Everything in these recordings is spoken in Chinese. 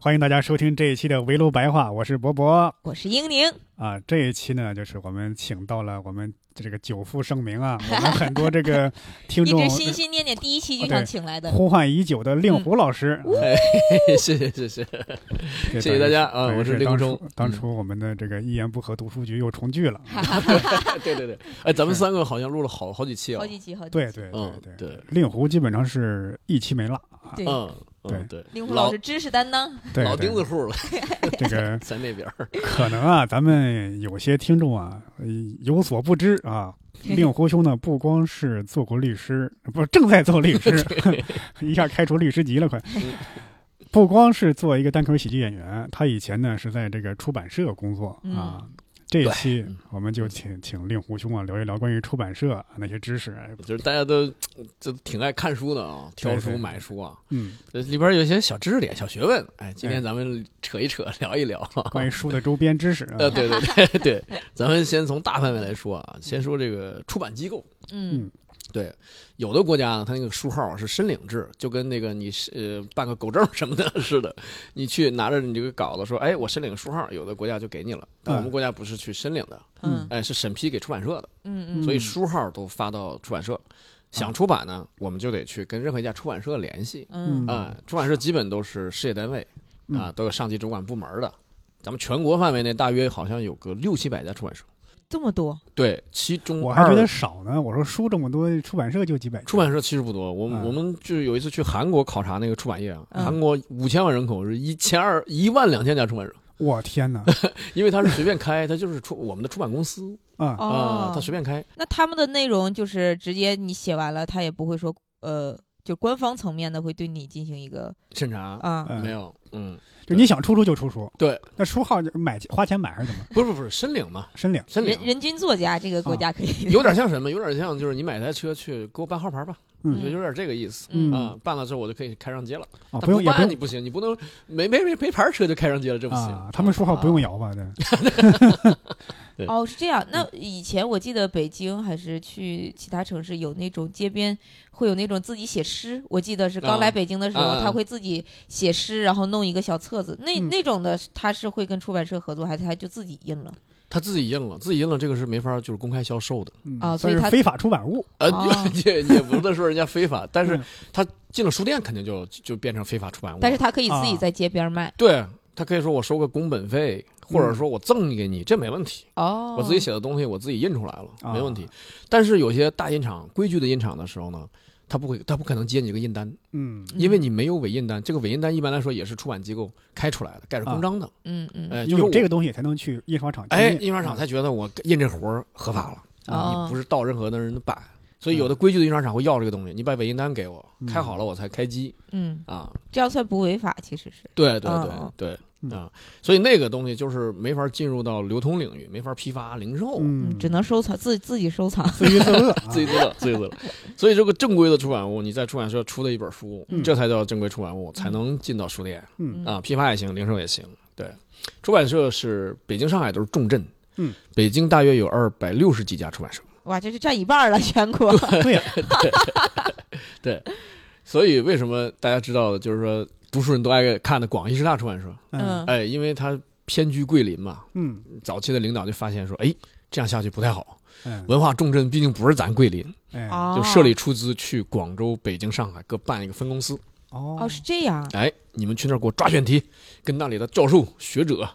欢迎大家收听这一期的围炉白话，我是博博我是英宁，啊。这一期呢，就是我们请到了我们这个久负盛名啊，我们很多这个听 一众直心心念念第一期就想请来的。呼唤已久的令狐老师。 谢谢谢谢，谢谢谢大家啊我是令狐冲当嗯初我们的这个一言不合读书局又重聚了， 对对对，哎，咱们三个好像录了好好几期好哦，几集，好几集。对对对嗯对，对，令狐基本上是一期没落。对嗯嗯对，令狐老师知识担当，对，老对钉子户了，这个在那边儿，可能啊，咱们有些听众啊呃有所不知啊，令狐兄呢不光是做过律师，不是正在做律师，一下开除律师籍了快。不光是做一个单口喜剧演员，他以前呢是在这个出版社工作啊。这一期我们就请请令狐兄啊聊一聊关于出版社那些知识，哎就是大家都就挺爱看书的啊，挑对书对买书啊， 嗯，这里边有一些小知识点、小学问，哎，今天咱们扯一扯，聊一聊。关于书的周边知识啊呃，，对对对对，咱们先从大范围来说啊，先说这个出版机构。嗯，对，有的国家啊呢，它那个书号是申领制，就跟那个你是呃办个狗证什么的 似的，你去拿着你这个稿子说，哎，我申领个书号，有的国家就给你了，但我们国家不是去申领的，嗯哎，是审批给出版社的，嗯嗯啊所以书号都发到出版社。想出版呢，我们就得去跟任何一家出版社联系嗯啊、出版社基本都是事业单位啊、嗯都有上级主管部门的。咱们全国范围内大约好像有个六七百家出版社，这么多，对，其中我还觉二得少呢。我说书这么多，出版社就几百家，嗯出版社其实不多，我们、嗯我们就有一次去韩国考察那个出版业啊，嗯韩国五千万人口是一千二一万两千家出版社，我天哪因为它是随便开，它就是出我们的出版公司啊！啊、哦它，随便开，那他们的内容就是直接你写完了，他也不会说呃，就官方层面的会对你进行一个审查、啊，嗯没有，嗯，就你想出书就出书，对，那书号就买花钱买还是怎么不是不是不是申领嘛，申领？申领人人均作家这个国家可以有点像什么，有点像就是你买台车去给我办号牌吧，嗯就有点这个意思。嗯啊、办了之后我就可以开上街了。啊，但不用也不办你用不行，你不能没没没没牌车就开上街了，这不行。啊，他们书号不用摇 吧？对，对嗯哦，是这样。那以前我记得北京还是去其他城市有那种街边会有那种自己写诗，我记得是刚啊来北京的时候，啊啊他会自己写诗，然后弄一个小册子。那、嗯那种的，他是会跟出版社合作，还是他就自己印了？他自己印了，自己印了，这个是没法就是公开销售的。嗯啊所算以是他非法出版物。呃，哦 也也不能说人家非法，但是啊嗯他进了书店肯定就就变成非法出版物了。但是他可以自己啊在街边卖。对他可以说我收个工本费，或者嗯说我赠给你，这没问题。哦，我自己写的东西我自己印出来了，啊没问题。但是有些大印厂规矩的印厂的时候呢，他不会，他不可能接你这个印单，嗯嗯，因为你没有伪印单。这个伪印单一般来说也是出版机构开出来的，盖着公章的。嗯嗯哎，就是啊有我这个东西才能去印刷厂去哎，印。印刷厂才觉得我印这活儿合法了，哦嗯你不是盗任何的人的版。所以有的规矩的印刷厂会要这个东西，你把伪印单给我，嗯开好了我才开机嗯，啊。这样算不违法，其实是。对对嗯对嗯对啊，所以那个东西就是没法进入到流通领域，没法批发零售，嗯，只能收藏自自己收藏， 自娱自乐啊。 自己自 乐自己自乐。所以这个正规的出版物，你在出版社出的一本书，嗯这才叫正规出版物，才能进到书店嗯啊，批发也行，零售也行。对，出版社是北京、上海都是重镇，嗯，北京大约有二百六十几家出版社，哇，这就占一半儿了，全国。对呀，所以为什么大家知道的就是说读书人都爱看的广义师大出版社，嗯嗯哎，因为它偏居桂林嘛，嗯早期的领导就发现说，哎，这样下去不太好。嗯，文化重镇毕竟不是咱桂林，哎哦，就设立出资去广州、北京、上海各办一个分公司。哦哦，是这样。哎，你们去那儿给我抓选题，跟那里的教授、学者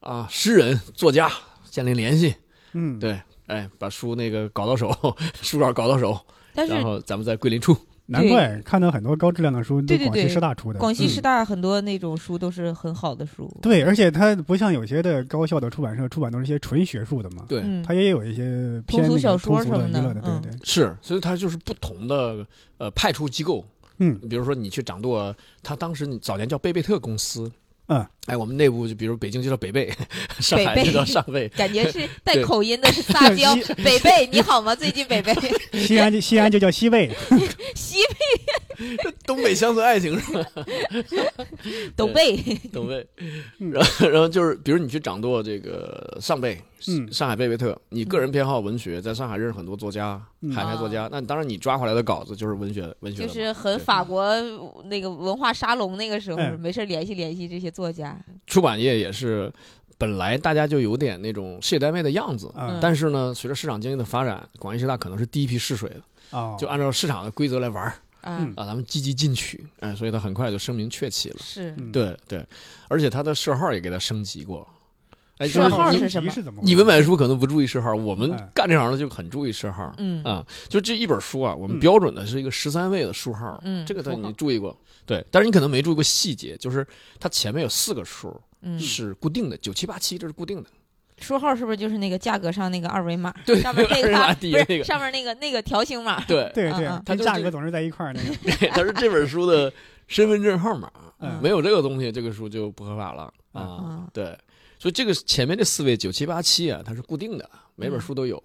啊、诗人、作家建立联系。嗯对哎，把书那个搞到手， 书稿搞到手，但是然后咱们在桂林出。难怪看到很多高质量的书都对对广西对师大出的。广西嗯师大很多那种书都是很好的书，对，而且它不像有些的高校的出版社出版都是一些纯学术的嘛，对，嗯，它也有一些偏通俗那个小说通俗的什么娱的乐的，对嗯对。是，所以它就是不同的呃派出机构。嗯比如说你去掌舵，他当时你早年叫贝贝特公司，嗯，哎，我们内部就比如北京就叫北碚， 上海北碚就叫上 碚，感觉 是带对口音的是撒娇。北北你好吗？最近北北 嗯西安就西安就叫西魏，西东北乡村爱 情是吧？东北，东北，嗯然后然后就是，比如你去掌舵这个上贝，嗯上海贝贝特，你个人偏好文学，在上海认识很多作家，嗯海外作家，那当然你抓回来的稿子就是文学文学的啊就嘛，是很对法国那个文化沙龙那个时候哎，没事儿联系联系这些作家。出版业也是。本来大家就有点那种事业单位的样子，啊嗯但是呢，随着市场经济的发展，广义师大可能是第一批试水的，哦，就按照市场的规则来玩儿啊嗯，啊，咱们积极进取，哎、所以他很快就声名鹊起了。是嗯对对，而且他的社号也给他升级过。哎，就社号你是什么是怎么回事？你们买书可能不注意社号，我们哎干这行的就很注意社号。嗯啊，就这一本书啊，我们嗯标准的是一个十三位的书号，嗯这个符号你注意过，对，但是你可能没注意过细节，就是它前面有四个数嗯，是固定的，九七八七这是固定的，书号是不是就是那个价格上那个二维码？对上面那二维个码它底不下那是个上面那个那个条形码。对， 对对嗯嗯，它跟就是价格总是在一块儿那个，对它是这本书的身份证号码，嗯没有这个东西，这个书就不合法了啊啊，对，所以这个前面这四位九七八七啊，它是固定的，每本书都有，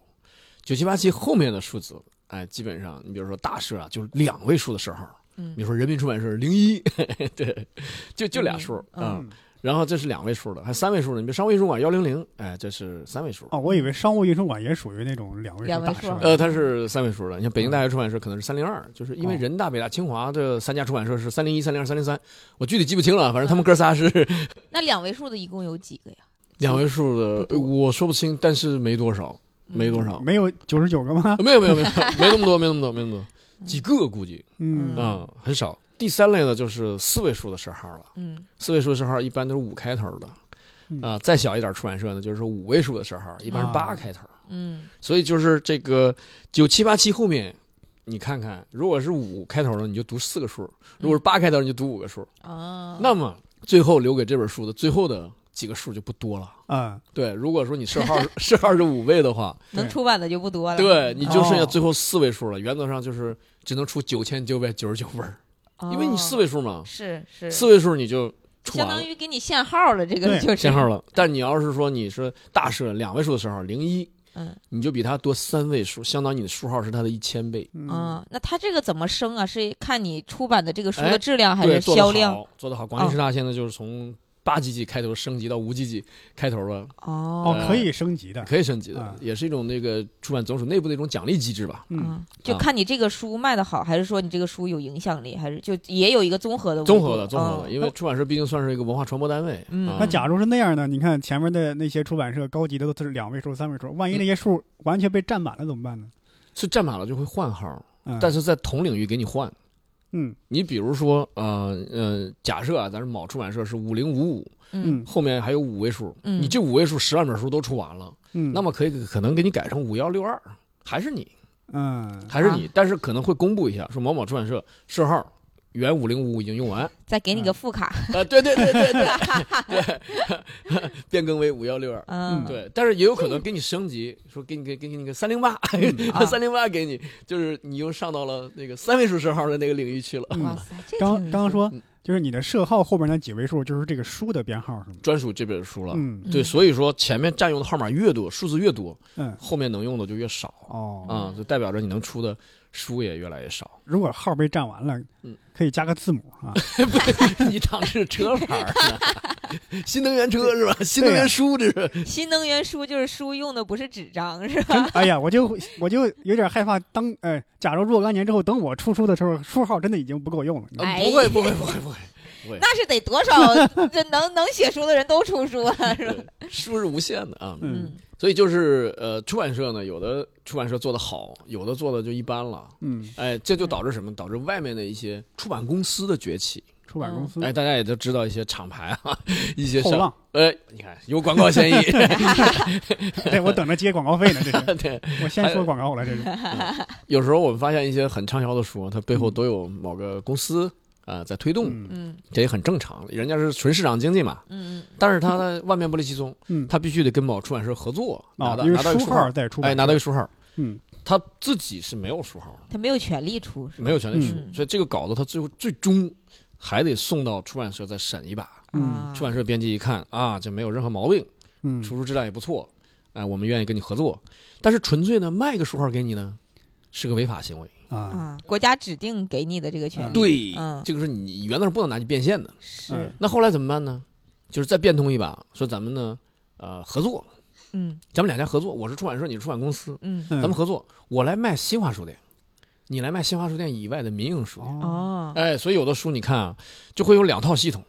九七八七后面的数字。哎，基本上，你比如说大社啊，就是两位数的社号，嗯比如说人民出版社零一， 对，就就俩数嗯啊、嗯然后这是两位数的，还三位数的，你比如商务印书馆幺零零，哎，这是三位数。哦，我以为商务印书馆也属于那种两位两数啊位大数社，呃，它是三位数的，你像北京大学出版社可能是三零二，就是因为哦人大、北大、清华这三家出版社是三零一、三零二、三零三，我具体记不清了，反正他们哥仨是 那两位数的一共有几个呀？两位数的，呃我说不清，但是没多少，嗯没多少，没有九十九个吗？ 没有没有没有，没那么多，没那么多，没那么多，几个估计嗯嗯啊、很少。第三类呢，就是四位数的社号了。嗯四位数的社号一般都是五开头的，啊、嗯啊再小一点出版社呢，就是说五位数的社号一般是八开头，嗯所以就是这个九七八七后面，你看看，如果是五开头的，你就读四个数；嗯如果是八开头，你就读五个数。啊，那么最后留给这本书的最后的几个数就不多了。啊，对，如果说你社号社号是 五位的话，能出版的就不多了。对你就剩下哦最后四位数了。原则上就是只能出九千九百九十九本儿，哦，因为你四位数嘛，是是四位数你就出相完了当。于给你限号了，这个对就是限号了。但你要是说你是大社两位数的时候，零一，嗯你就比他多三位数，相当于你的数号是他的一千倍。嗯啊，那他这个怎么升啊？是看你出版的这个书哎的质量还对，是做得销量？好，做得好。广义师大现在就是从八几几开头升级到无几几开头了，哦哦，可以升级的，呃可以升级的嗯啊，也是一种那个出版总署内部的一种奖励机制吧。嗯，啊，就看你这个书卖的好，还是说你这个书有影响力，还是就也有一个综合的维度综合的，综合的，哦因为出版社毕竟算是一个文化传播单位。嗯啊那假如是那样呢？你看前面的那些出版社，高级的都是两位数、三位数，嗯万一那些数完全被占满了怎么办呢？是占满了就会换号，嗯，但是在同领域给你换。嗯你比如说，呃呃，假设啊，咱是某出版社是五零五五，嗯嗯后面还有五位数，嗯你这五位数十万本书都出完了，嗯，那么可以可能给你改成五幺六二，还是你，嗯 还是你，但是可能会公布一下，说某某出版社社号原五零五五已经用 完，再给你个副卡，啊，对对对对对对，变更为五幺六二。嗯，对，但是也有可能给你升级，说给你给给你个三零八，嗯啊 三零八给你，就是你又上到了那个三位数社号的那个领域去了，哇嗯，塞，这刚挺有意思刚刚说啊嗯就是你的社号后边那几位数就是这个书的编号是吗？专属这本书了。嗯对，嗯所以说前面占用的号码越多，数字越多，嗯后面能用的就越少。哦啊、就代表着你能出的书也越来 越少。如果号被占完了嗯，可以加个字母 啊，你当是车牌儿呢？ 新能源车是吧？新能源书这是？新能源书就是书用的不是纸张是吧？真哎呀，我就我就有点害怕当，哎，假如若干年之后，等我出书的时候，书号真的已经不够用了。呃哎不会不会不会不会，那是得多 少这能能写书的人都出书了是吧？对书是无限的啊。嗯嗯所以就是呃，出版社呢，有的出版社做的好，有的做的就一般了。嗯，哎，这就导致什么？导致外面的一些出版公司的崛起。出版公司哎，大家也都知道一些厂牌啊，一些嗯后小 浪，呃，你看有广告嫌疑。 对哎我等着接广告费呢，这是对， 我先说广告了，这哎是有时候我们发现一些很畅销的书，它背后都有某个公司啊、在推动。嗯嗯这也很正常，人家是纯市场经济嘛，嗯但是他万变不离其宗，嗯他必须得跟某出版社合作，拿啊到，因为拿到一个书书号，在出版，哎，拿到一个书号，嗯他自己是没有书号的，他没有权利出是吧？没有权利出，嗯所以这个稿子他最后最终还得送到出版社再审一把，嗯啊，出版社编辑一看啊，这没有任何毛病，嗯，输出质量也不错，哎，我们愿意跟你合作。但是纯粹呢，卖个书号给你呢，是个违法行为。啊，啊，国家指定给你的这个权利，对嗯这个是你原来是不能拿去变现的。是，那后来怎么办呢？就是再变通一把，说咱们呢，呃，合作，嗯咱们两家合作，我是出版社，你是出版公司，嗯，咱咱们合作，我来卖新华书店，你来卖新华书店以外的民营书店。哦，哦，哎，所以有的书你看啊，就会有两套系统，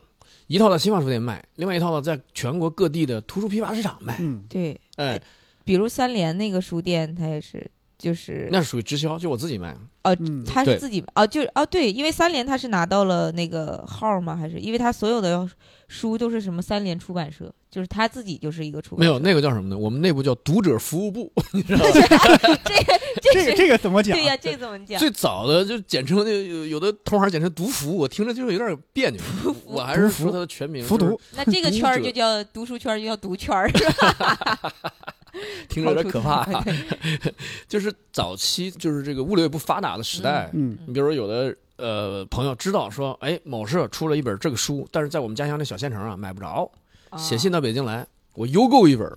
一套在新华书店卖，另外一套呢在全国各地的图书批发市场卖。嗯对，哎，比如三联那个书店，它也是，就是那是属于直销，就我自己卖。 嗯，他对是自己哦，就是哦，对，因为三联他是拿到了那个号吗？还是因为他所有的书都是什么三联出版社，就是他自己就是一个出版没社。有那个叫什么呢？我们内部叫读者服务部，这个这个怎么讲对？呀、这怎么讲？最早的就简称就有有的同行简称读服，我听着就有点别 扭。我还是读服说它的全名，服就是毒，那这个读圈儿者就叫读书圈，儿，就叫读 圈儿。听着有点 可怕好。就是早期就是这个物流也不发达的时代，嗯你比如说有的呃朋友知道说，哎，某社出了一本这个书，但是在我们家乡这小县城啊买不着，哦写信到北京来，我邮购一本，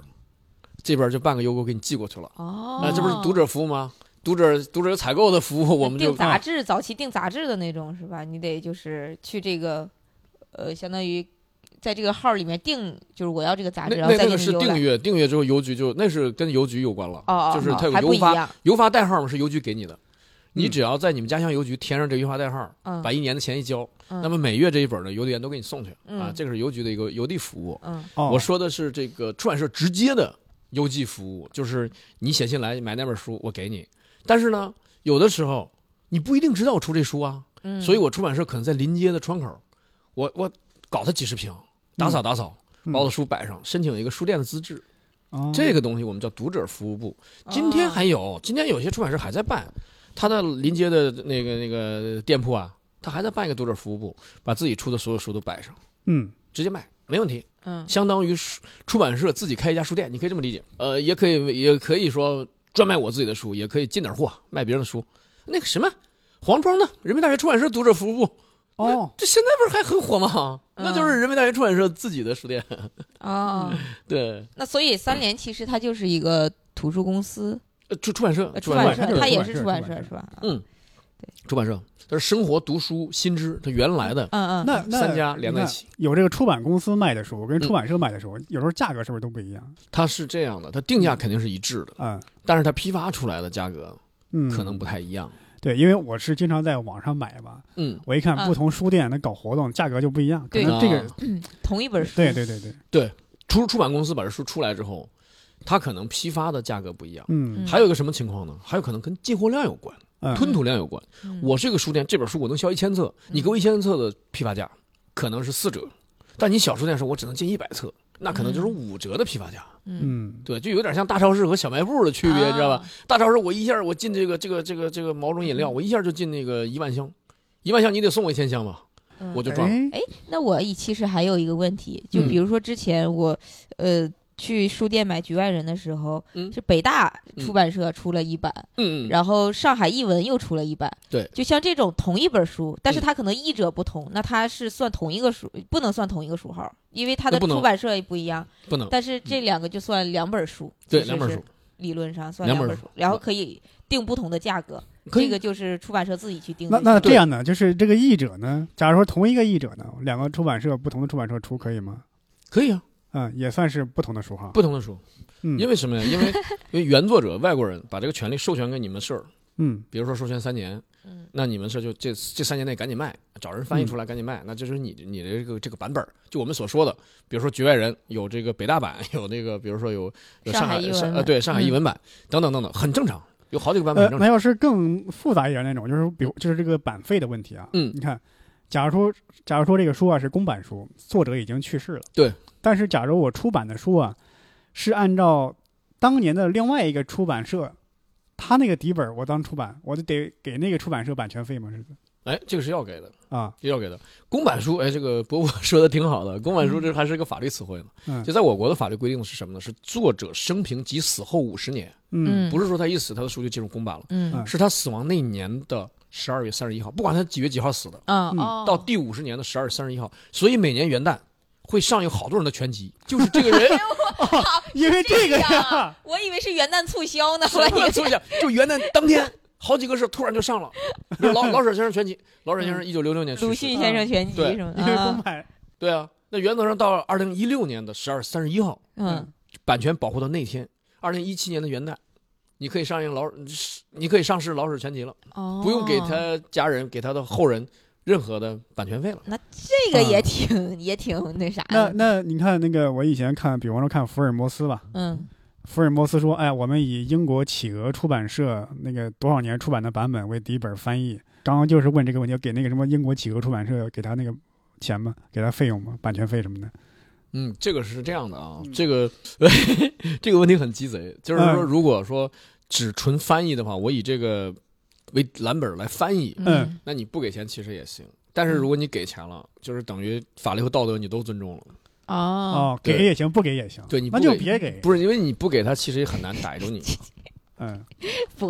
这边就半个邮购给你寄过去了。哦，啊那这不是读者服务吗？读者读者有采购的服 务，我们就订杂志，早期订杂志的那种是吧？你得就是去这个，呃，相当于在这个号儿里面订，就是我要这个杂志，那然后那再那给个你是邮订来。阅，订阅之后邮局就那是跟邮局有关了，哦哦，就是哦它有还不邮一发样，邮发代号嘛是邮局给你的，你只要在你们家乡邮局填上这个邮发代号，嗯把一年的钱一交，嗯那么每月这一本呢邮递员都给你送去啊嗯，这个是邮局的一个邮递服务。嗯哦，我说的是这个出版社直接的邮寄服务，就是你写信来买那本书，我给你。但是呢，有的时候你不一定知道我出这书啊，嗯，所以我出版社可能在临街的窗口，我我搞它几十平，打扫打扫，把我的书摆上，申请一个书店的资质。嗯这个东西我们叫读者服务部，今哦天还有，今天有些出版社还在办，他的临街的那个那个店铺啊，他还在办一个读者服务部，把自己出的所有书都摆上，嗯直接卖，没问题，嗯相当于书出版社自己开一家书店，你可以这么理解，呃，也可以也可以说专卖我自己的书，也可以进点货卖别人的书，那个什么。黄庄的人民大学出版社读者服务部，哦，这现在不是还很火吗？嗯那就是人民大学出版社自己的书店。啊，哦嗯对，那所以三联其实它就是一个图书公司、呃出出版社呃，出出版版社，出版社，社它也出版是社出版出版社社是吧？嗯出版社，它是生活、读书、新知，它原来的嗯嗯，那那三家连在一起。嗯你看有这个出版公司卖的书跟出版社卖的书，有时候价格是不是都不一样？它是这样的，它定价肯定是一致的，嗯但是它批发出来的价格嗯，可能不太一样。对，因为我是经常在网上买嘛，嗯，我一看嗯不同书店它搞活动，价格就不一样，可对能这个啊同一本书，对对对对，出出版公司把这书出来之后，它可能批发的价格不一样。嗯还有一个什么情况呢？还有可能跟进货量有关，嗯吞吐量有关。嗯，我这个书店这本书我能销一千册，你给我一千册的批发价可能是四折，但你小书店说我只能进一百册，那可能就是五折的批发价。嗯，嗯对，就有点像大超市和小卖部的区别，你知道吧啊？？大超市我一下我进这个这个这个这个某种饮嗯料，我一下就进那个一万箱，一万箱你得送我一千箱吧，嗯我就赚了。哎哎，那我以其实还有一个问题，就嗯比如说之前我，呃。去书店买《局外人》的时候，嗯是北大嗯出版社出了一版，嗯，然后上海译文又出了一版。对嗯就像这种同一本书，但是它可能译者不同，那它是算同一个书，不能算同一个书号，因为它那的不能出版社也不一样。不能但是这两个就算两本书，对其实两本是书，理论上算两本本书书，嗯然后可以定不同的价格，可这以个就是出版社自己去定的那价格。那这样呢？就是这个译者呢，假如说同一个译者呢，两个出版社不同的出版社出可以吗？可以啊，嗯，也算是不同的书号。不同的书，嗯，因为什么呀？因为因为原作者外国人把这个权利授权给你们社儿，嗯比如说授权三年，嗯那你们社就这这三年内赶紧卖，找人翻译出来赶紧卖，那这就是你你的这个这个版本儿，就我们所说的，比如说《局外人》有这个北大版，有那个比如说有有上上海海译文上呃版对上海嗯译文版等等等等，很正常，有好几个版本呃很，正那常。要是更复杂一点那种，就是比如就是这个版费的问题啊。嗯你看，假如说假如说这个书啊是公版书，作者已经去世了。对。但是假如我出版的书啊，是按照当年的另外一个出版社，他那个底本儿我当出版，我就得给那个出版社版权费吗？是哎，这个是要给的。啊，要给的公版书，哎，这个伯伯说的挺嗯好的。公版书这还是个法律词汇呢。嗯就在我国的法律规定是什么呢？是作者生平及死后五十年，嗯不是说他一死他的书就进入公版了，嗯嗯是他死亡那年的十二月三十一号，不管他几月几号死的，啊嗯哦，到第五十年的十二月三十一号。所以每年元旦会上有好多人的全集，就是 这个人因为这个这呀样，我以为是元旦促销呢，什我以么为啊促销，就元旦当天。好几个事突然就上了，比如老老舍先生全集，老舍先生一九六六年去 嗯鲁世，迅先生全集嗯对什么因为不的，嗯买，对啊，那原则上到二零一六年的十二三十一号，嗯版权保护到那天，二零一七年的元旦，你可以上映老，你可以上市老舍全集了，哦，不用给他家人、给他的后人任何的版权费了。那这个嗯也挺、也挺那啥那的，那你看那个，我以前看，比方说看福尔摩斯吧，嗯福尔摩斯说：“哎，我们以英国企鹅出版社那个多少年出版的版本为第一本翻译。”刚刚就是问这个问题，给那个什么英国企鹅出版社给他那个钱吗？给他费用吗？版权费什么的？嗯，这个是这样的啊，嗯这个 这个问题很鸡贼，就是嗯说，如果说只纯翻译的话，我以这个为蓝本来翻译，嗯那你不给钱其实也行。但是如果你给钱了，就是等于法律和道德你都尊重了，哦哦，对给也行，不给也行。对你不那就给别给。不是因为你不给他，其实也很难逮着你。嗯佛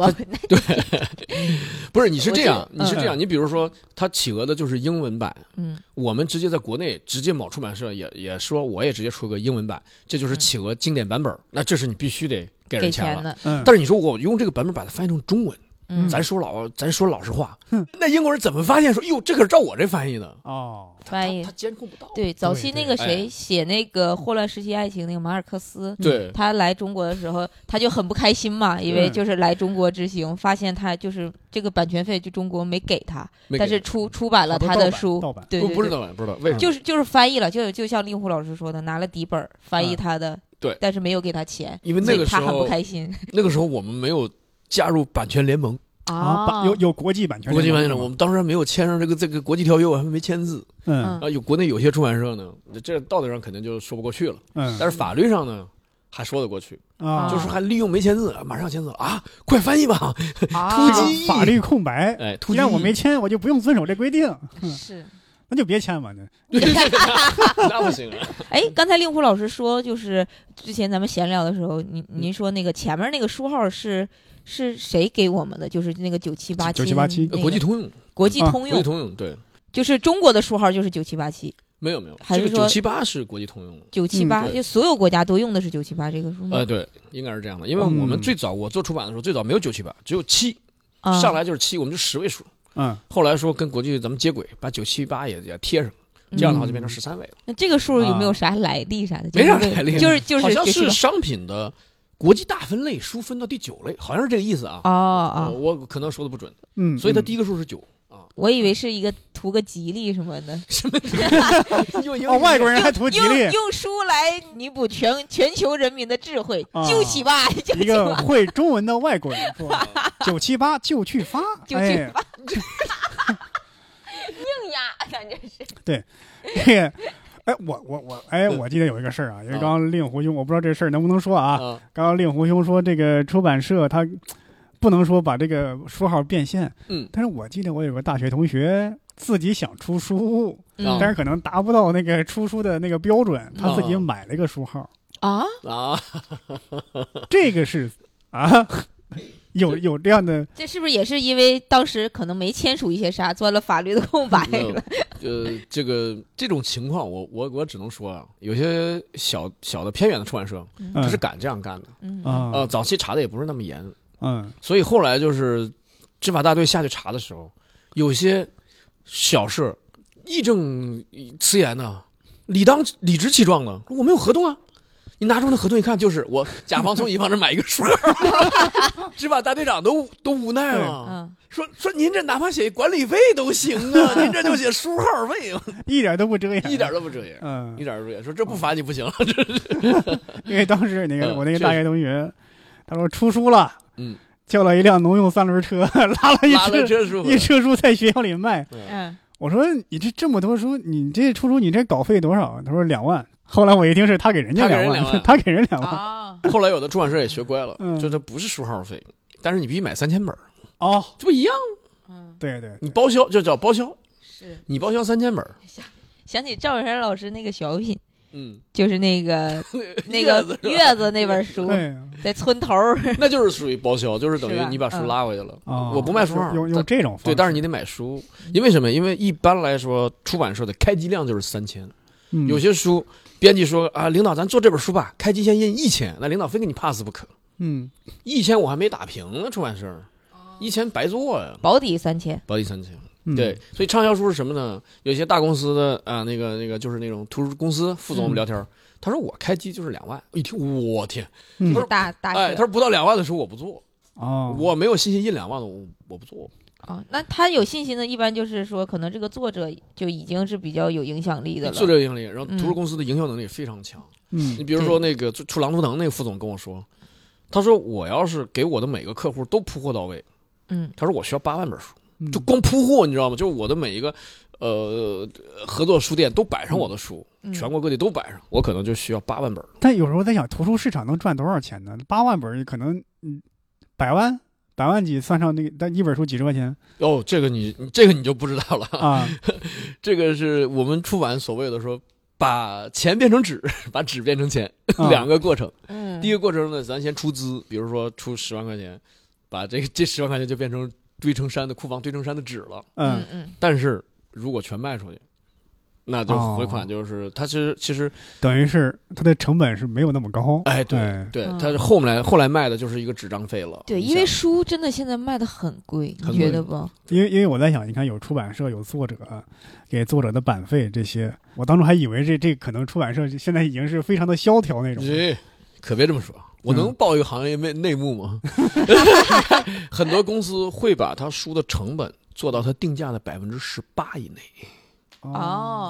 不是，你是这样，我你觉得是这样，嗯你比如说，他企鹅的就是英文版，嗯我们直接在国内直接某出版社也也说，我也直接出个英文版，这就是企鹅经典版本，那这是你必须得给嗯给人钱了。钱的，嗯，但是你说我用这个版本把它翻译成中文，嗯咱说老咱说老实话哼，那英国人怎么发现说哟这可是照我这翻译的？哦，翻译他他监控不到。对早期那个对谁哎写那个《霍乱时期爱情》那个马尔克斯。对他来中国的时候，他就很不开心嘛，因为就是来中国之行，发现他就是这个版权费就中国没给他，没给但是出出版了他的书，盗版。对不对不是对盗版，不是盗版，为什么？就是就是翻译了，就就像令狐老师说的，拿了底本儿翻译嗯他的，对但是没有给他钱，因为那所以个时他很不候开心那个时候我们没有加入版权联嗯盟，啊，哦版有有国际版权联国盟际吗，版权联盟，我们当时还没有签上这个这个国际条约，我还没签字嗯啊。有国内有些出版社呢，这道德上肯定就说不过去了，嗯但是法律上呢还说得过去，啊，就是还利用没签字，马上要签字了啊，快翻译吧，啊突击法律空白。哎，突既击然我没签，我就不用遵守这规定，嗯 是。那就别签吧。那那不行啊，哎，刚才令狐老师说，就是之前咱们闲聊的时候，您您说那个前面那个书号是是谁给我们的？就是那个九七八七， 9787 国际 通用，嗯国际啊通国用际，通用对。就是中国的书号就是九七八七，没有没有，还这是个说九七八是国际通用的。九七八嗯对就所有国家都用的是九七八这个数吗呃，？对，应该是这样的，因为我们最早我做出版的时候，最早没有九七八，只有七，啊上来就是七，我们就十位数。嗯，后来说跟国际咱们接轨，把九七八也也贴上，这样的话就变成十三位了，嗯那这个数有没有啥来历啥的？没啥就是来历，就是就是好像97嗯是吧商品的国际大分类疏分到第九类，好像是这个意思啊。哦呃哦，我可能说的不准，嗯，所以它嗯第一个数是九啊。我以为是一个图个吉利什么的，用英哦，语外国人还图吉用利，用书来弥补全全球人民的智慧啊，救起吧， 救一起个吧，会中文的外国人说：“九七八就去发，就去哎，硬压，感觉是 嘿哎，我我我，哎，我记得有一个事儿啊，因为刚刚令狐兄，我不知道这事儿能不能说啊。啊，刚刚令狐兄说这个出版社他不能说把这个书号变现，嗯但是我记得我有个大学同学自己想出书，嗯但是可能达不到那个出书的那个标准，他自己哦买了一个书号，啊，啊， 这个是啊，有有这样的这是不是也是因为当时可能没签署一些啥，钻了法律的空白没有了？呃，这个这种情况，我我我只能说啊，有些小小的偏远的出版社，嗯他是敢这样干的。 嗯啊呃，早期查的也不是那么严，嗯所以后来就是执法大队下去查的时候，有些小事义正辞严的，理当理直气壮的，我没有合同啊。你拿出那合同一看，就是我甲方从乙方这买一个 书号， 执法大队长都都无奈啊了，嗯，说说您这哪怕写管理费都行 啊，您这就写书号费，一点都不遮掩，一点都不遮掩。嗯一，点儿不也说这不罚你不行了， 因为当时那个嗯我那个确大学同学，他说出书了，嗯，叫了一辆农用三轮车，拉了嗯一拉了车这书一车书在学校里卖。嗯，我说你这这么多书，你这出书你这稿费多少？他说两万。后来我一听是他给人家他给人两两 万他给人两万。啊，后来有的出版社也学乖了，嗯就这不是书号费，但是你必须买三千本儿，哦，这不一样？嗯，对对，你包销就叫包销，是你包销三千本儿，想起赵本山老师那个小品，嗯，就是那 个那个月月子那本书，对在村头儿， 那就是属于包销，就是等是于吧你把书嗯拉回去了。啊，我不卖书号有有有但这种方式对，但是你得买书，因为什么？因为一般来说，出版社的开机量就是三千，嗯有些书编辑说啊，领导咱做这本书吧，开机先印一千，那领导非给你 pass 不可。嗯一千我还没打平呢，出版社，一千白做呀、保底三千，保底三千。嗯对，所以畅销书是什么呢？有些大公司的啊、那个那个就是那种图书公司副总，我们聊天儿，他说我开机就是两万，一听我天，嗯不是大大哎，他说不到两万的书我不做，哦，我没有信心印两万的，我我不做。啊，那他有信心的，一般就是说，可能这个作者就已经是比较有影响力的了。作者影响力，然后嗯图书公司的营销能力非常强。你嗯比如说那个出出《狼图腾》那个副总跟我说，他说我要是给我的每个客户都铺货到位，嗯，他说我需要八万本书，嗯就光铺货，你知道吗？就是我的每一个呃合作书店都摆上我的书，嗯全国各地都摆上，我可能就需要八万本。但有时候在想，图书市场能赚多少钱呢？八万本儿可能嗯，百万百万几算上那个，但一本书几十块钱哦，这个你你这个你就不知道 了，啊， 这个是我们出版所谓的说。把钱变成纸， 把纸变成钱，啊两个过程。嗯，第一个过程呢，咱先出资，比如说出十万块钱，把这个这十万块钱就变成堆成山的库房堆成山的纸了。嗯嗯嗯，但是如果全卖出去，那就哦回款就是、它其实其实等于是它的成本是没有那么高。哎对哎对嗯，它是后来后来卖的就是一个纸张费了。对，你因为想书真的现在卖的很贵，很你觉贵哦得不？因为因为我在想，你看有出版社有作者，给作者的版费这些，我当初还以为这这可能出版社现在已经是非常的萧条那种。这哎可别这么说。我能报一个行业内内幕吗？ 很多公司会把它书的成本做到它定价的百分之十八以内，啊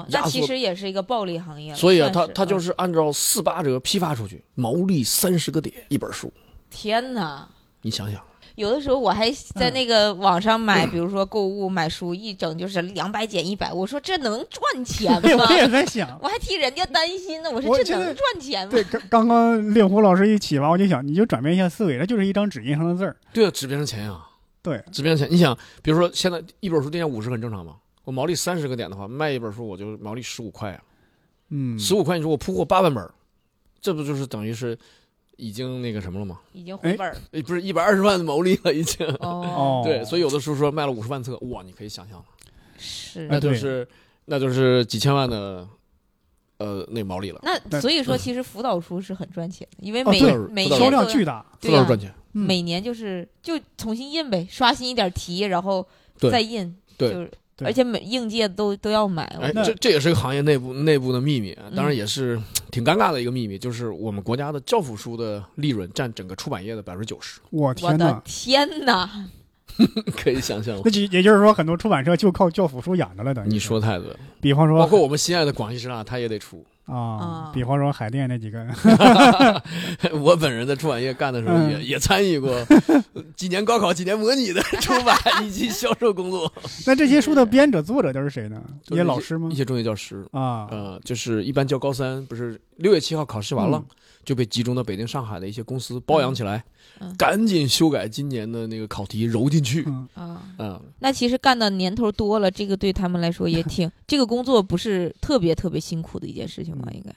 哦，压那其缩实也是一个暴利行业了。所以啊，它算它就嗯是按照四八折批发出去，毛利三十个点一本书。嗯天哪！你想想，有的时候我还在嗯那个网上嗯买，比如说购物买书，一整就是两百减一百，我说这能赚钱 哎对，吗我？也在想，我还替人家担心呢，我说我这觉得能赚钱吗对，？刚刚刚令狐老师一起吧，我就想，你就转变一下思维，它就是一张纸印上的字儿。对啊，纸变成钱呀、对，纸变成钱。你想，比如说现在一本书定价五十很正常嘛，我毛利三十个点的话，卖一本书我就毛利十五块啊，嗯，十五块你说我铺货八万本儿，这不就是等于是已经那个什么了吗？已经回本儿了哎不是一百二十万的毛利了已经。哦，哦，对，所以有的书说卖了五十万册，哇，你可以想象了，是哎那就是那就是几千万的。呃，那毛利了，那但所以说，其实辅导书是很赚钱的，因为嗯哦每、对每销年辅导书量都巨大。这对倒呀、是赚钱。嗯每年就是就重新印呗，刷新一点题，然后对再印，对就是对而且每应届都都要买，哎，那这这也是个行业内部内部的秘密，啊，当然嗯也是挺尴尬的一个秘密，就是我们国家的教辅书的利润占整个出版业的百分之九十， 我我天的哪！天哪！可以想象吗那？就也就是说，很多出版社就靠教辅书养着了，等于你是说太对了，比方说，包括我们心爱的广西师大，他也得出。啊啊，比方说海淀那几个， 我本人在出版业干的时候嗯也，也、参与过几年高考、几年模拟的出版以及销售工作，那这些书的编者、作者都是谁呢？就一是些老师吗一？些中学教师，啊，呃，就是一般教高三，不是六月七号考试完了。嗯就被集中到北京、上海的一些公司包养起来，嗯赶紧修改今年的那个考题，揉进去。嗯， 啊，嗯，那其实干的年头多了，这个对他们 来说也挺，这个工作不是特别特别辛苦的一件事情吧？应该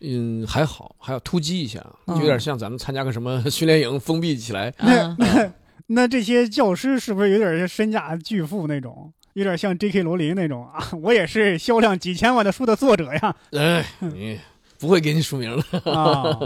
嗯，还好，还要突击一下，啊嗯就有点像咱们参加个什么训练营，封闭起来。嗯那啊，那那这些教师是不是有点身价巨富那种？有点像 J.K. 罗琳那种啊，我也是销量几千万的书的作者呀哎，你不会给你署名了， 啊！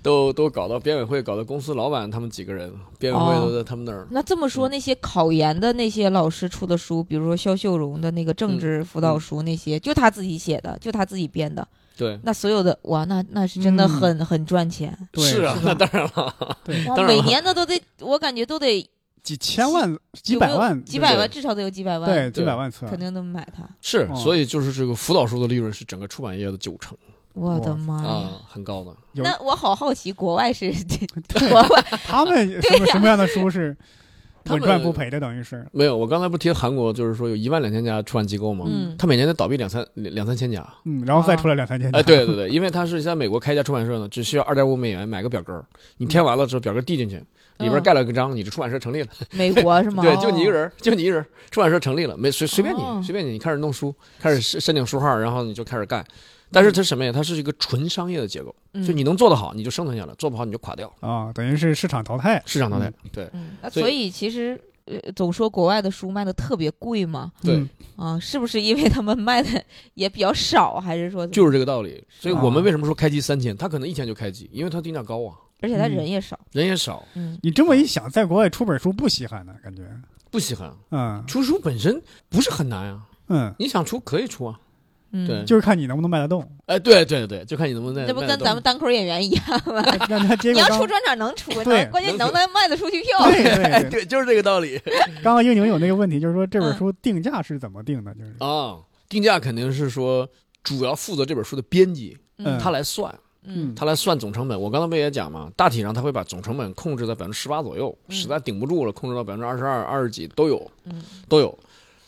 都都搞到编委会，搞到公司老板他们几个人，编委哦会都在他们那儿。那这么嗯说，那些考研的那些老师出的书，比如说肖秀荣的那个嗯政治辅导书，那些、就他自己写的，就他自己编的。对，那所有的哇，那那是真的很、嗯很赚钱。对是啊，是吧那当然了，对，哇，当然每了年那都得，我感觉都得几千万、几有没百有万、几百万，对至少得有几百万，对，对几百万册，肯定能买它。是哦，所以就是这个辅导书的利润是整个出版业的九成我哇的妈哎呀！啊，很高的。有那我好好奇，国外是 对国外他们什么什么样的书是他稳们赚不赔的，等于是没有，我刚才不提韩国，就是说有一万两千家出版机构吗？嗯他每年得倒闭两三两两三千家。嗯，然后再出来两三千哎， 对对对，因为他是在美国开一家出版社呢，只需要二点五美元买个表格儿，你填完了之后，表格递进去， 里边嗯盖了个章，你这出版社成立了。美国是吗？ 对，就你一个人儿，就你一个人儿，出版社成立了，没随随便哦你，随便你，你开始弄书，开始申申请书号，然后你就开始干。但是它什么呀？它是一个纯商业的结构，嗯，就你能做得好，你就生存下来；做不好，你就垮掉，啊，等于是市场淘汰。市场淘汰。对，嗯，那所以所以其实呃，总说国外的书卖的特别贵嘛，对嗯啊，是不是因为他们卖的也比较少，还是说，就是这个道理。所以我们哦啊为什么说开机三千？他可能一天就开机，因为他定价高啊，而且他人也少，人也少，嗯，你啊这么一想，在国外出本书不稀罕呢，感觉，不稀罕。啊嗯出书本身不是很难啊，嗯，你想出可以出啊。嗯对就是看你能不能卖得 动。哎，对对对，就看你能不能在。这不卖跟得咱动们单口演员一样吗？那那结你果要刚出专场能出，对能关键你能能不能卖得出去票？对对 对，对，就是这个道理 刚刚英宁有那个问题，就是说这本书定价是怎么定的？就是啊。定价肯定是说主要负责这本书的编辑，嗯他来算，嗯他来算总成本。我刚才不也讲嘛，大体上他会把总成本控制在百分之十八左右，嗯实在顶不住了，控制到百分之二十二、二十几都有嗯都有。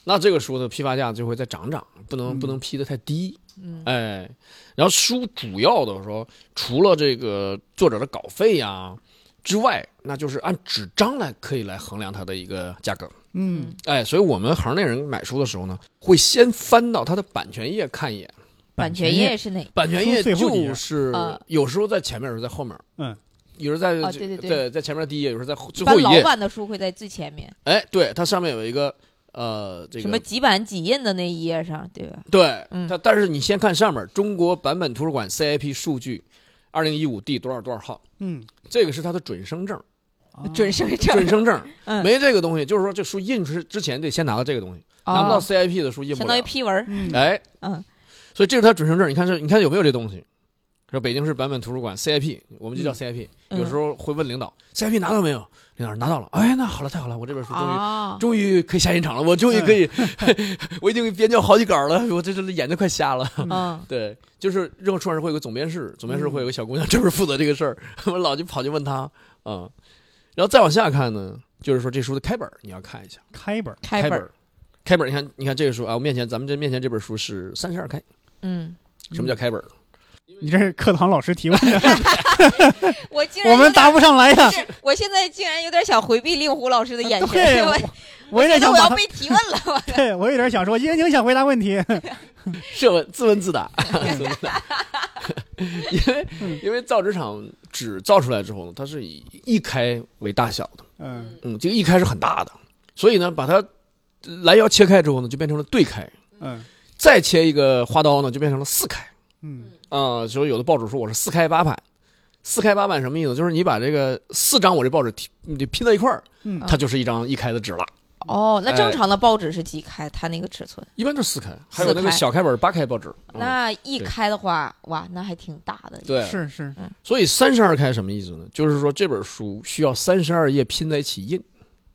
那这个书的批发价就会再涨涨，不能嗯不能批的太低。嗯哎，然后书主要的说，除了这个作者的稿费呀、之外，那就是按纸张来可以来衡量它的一个价格。嗯哎，所以我们行内人买书的时候呢，会先翻到它的版权页看一眼。版权页是哪？版权书页最后一页就是啊有时候在前面，有时候在后面。嗯，有时候在、哦对对对在前面的第一页，有时候在后一最般后一老页。版的书会在最前面，哎，对，它上面有一个呃这什么个。几版几印的那一页上，对吧？对，嗯它但是你先看上面，中国版本图书馆 CIP 数据，二零一五第多少多少号，嗯，这个是它的准 生证，啊准生准证，生证，嗯没这个东西，就是说这书印出之前得先拿到这个东西，哦拿不到 CIP 的书印不相了当于。批文儿，嗯哎，嗯所以这是他准生证，你看这，你看有没有这东西？说北京市版本图书馆 CIP，我们就叫嗯 CIP，、嗯有时候会问领导 CIP 拿到没有？领导说拿到了，哎，那好了，太好了，我这本书终于、啊，终于可以下印场了，我终于可以， 我已经编校好几稿了，我这这眼睛快瞎了。嗯对，就是任何出版社会有个总编室，总编室会有个小姑娘专门负责这个事儿， 我老去跑去问她啊、然后再往下看呢，就是说这书的开本儿你要看一下，开本儿，开本本儿，儿，开本儿，你看你看这个书啊，我面前咱们这面前这本书是三十二开，嗯，什么叫开本儿？你这是课堂老师提 问的，我竟然我们答不上来呀。是，我现在竟然有点想回避令狐老师的眼神，对我我有觉点得想我要把，被提问了， 我 对我有点想说，英宁想回答问题。 自问自问自答，自嗯问自答 因为因为造纸厂纸造出来之后呢，它是以一开为大小的，嗯嗯，这个一开是很大的，所以呢，把它呃拦腰切开之后呢，就变成了对开，嗯再切一个花刀呢，就变成了四开。嗯啊、所以有的报纸说我是四开八版，四开八版什么意思？就是你把这个四张我这报纸拼你拼到一块儿，嗯它就是一张一开的纸了。哦，那正哎常的报纸是几开？它那个尺寸，一般都是四开，还有那四开个小开本八开报纸。嗯那一对开的话，哇，那还挺大的。对，是是，所以三十二开什么意思呢？就是说这本书需要三十二页拼在一起印。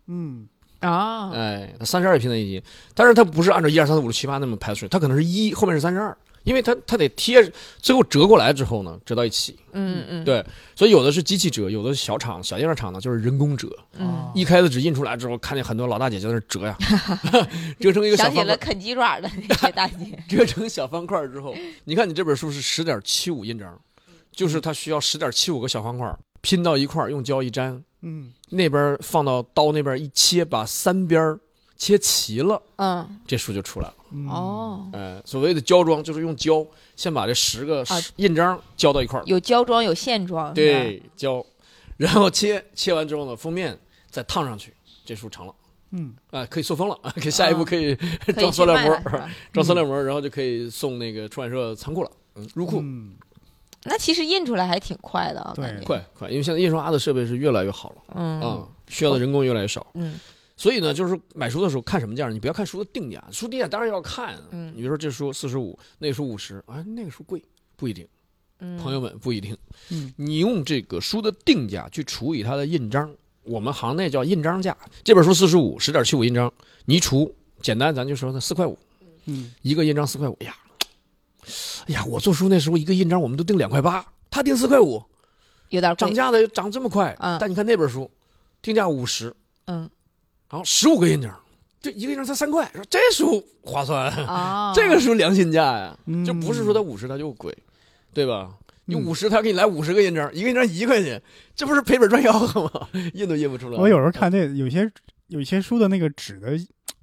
嗯啊，哎，它三十二页拼在一起，但是它不是按照一二三四五六七八那么排顺序，它可能是一后面是三十二，因为它它得贴，最后折过来之后呢，折到一起。嗯嗯，对所以有的是机器折，有的是小厂小印刷厂呢就是人工折。嗯，一开的纸印出来之后，看见很多老大姐在那儿 折呀，折成一个小想起方了块，，啃鸡爪的那些大姐 折成小方块之后，你看你这本书是十点七五印章，就是它需要十点七五个小方块拼到一块儿，用胶一粘，嗯那边放到刀那边一切，把三边儿切齐了，嗯，这书就出来了。嗯，哦，哎、所谓的胶装就是用胶先把这十个啊印章胶到一块儿，有啊胶装有线装，是吧，对胶，然后切切完之后呢，封面再烫上去，这书成了。嗯啊，可以塑封了， 可以下一步可以啊可以装去塑料卖膜了嗯儿，是吧。 装塑料膜儿，然后就可以送那个出版社仓库了。嗯，入库、嗯那其实印出来还挺快的啊，对感觉，快快，因为现在印刷的设备是越来越好了啊、嗯需要的人工越来越少，嗯所以呢，就是买书的时候看什么价儿，你不要看书的定价，书定价当然要看。啊嗯你比如说这书四十五，那个书五十，啊，那个书贵，不一定，嗯，朋友们不一定。嗯你用这个书的定价去除以它的印章，我们行内叫印章价。这本书四十五，十点七五印章，你除，简单咱就说它四块五。嗯一个印章四块五。哎呀，哎呀，我做书那时候一个印章我们都定两块八，他定四块五，有点贵涨，价的涨这么快。嗯但你看那本书，定价五十，嗯然后十五个印章，这一个印章才三块，说这书划算，啊， 这个书良心价呀，嗯，就不是说它五十它就贵，对吧？你嗯五十，他给你来五十个印章，一个印章一块钱，这不是赔本赚吆喝吗？印都印不出来。我有时候看那有些有些书的那个纸的，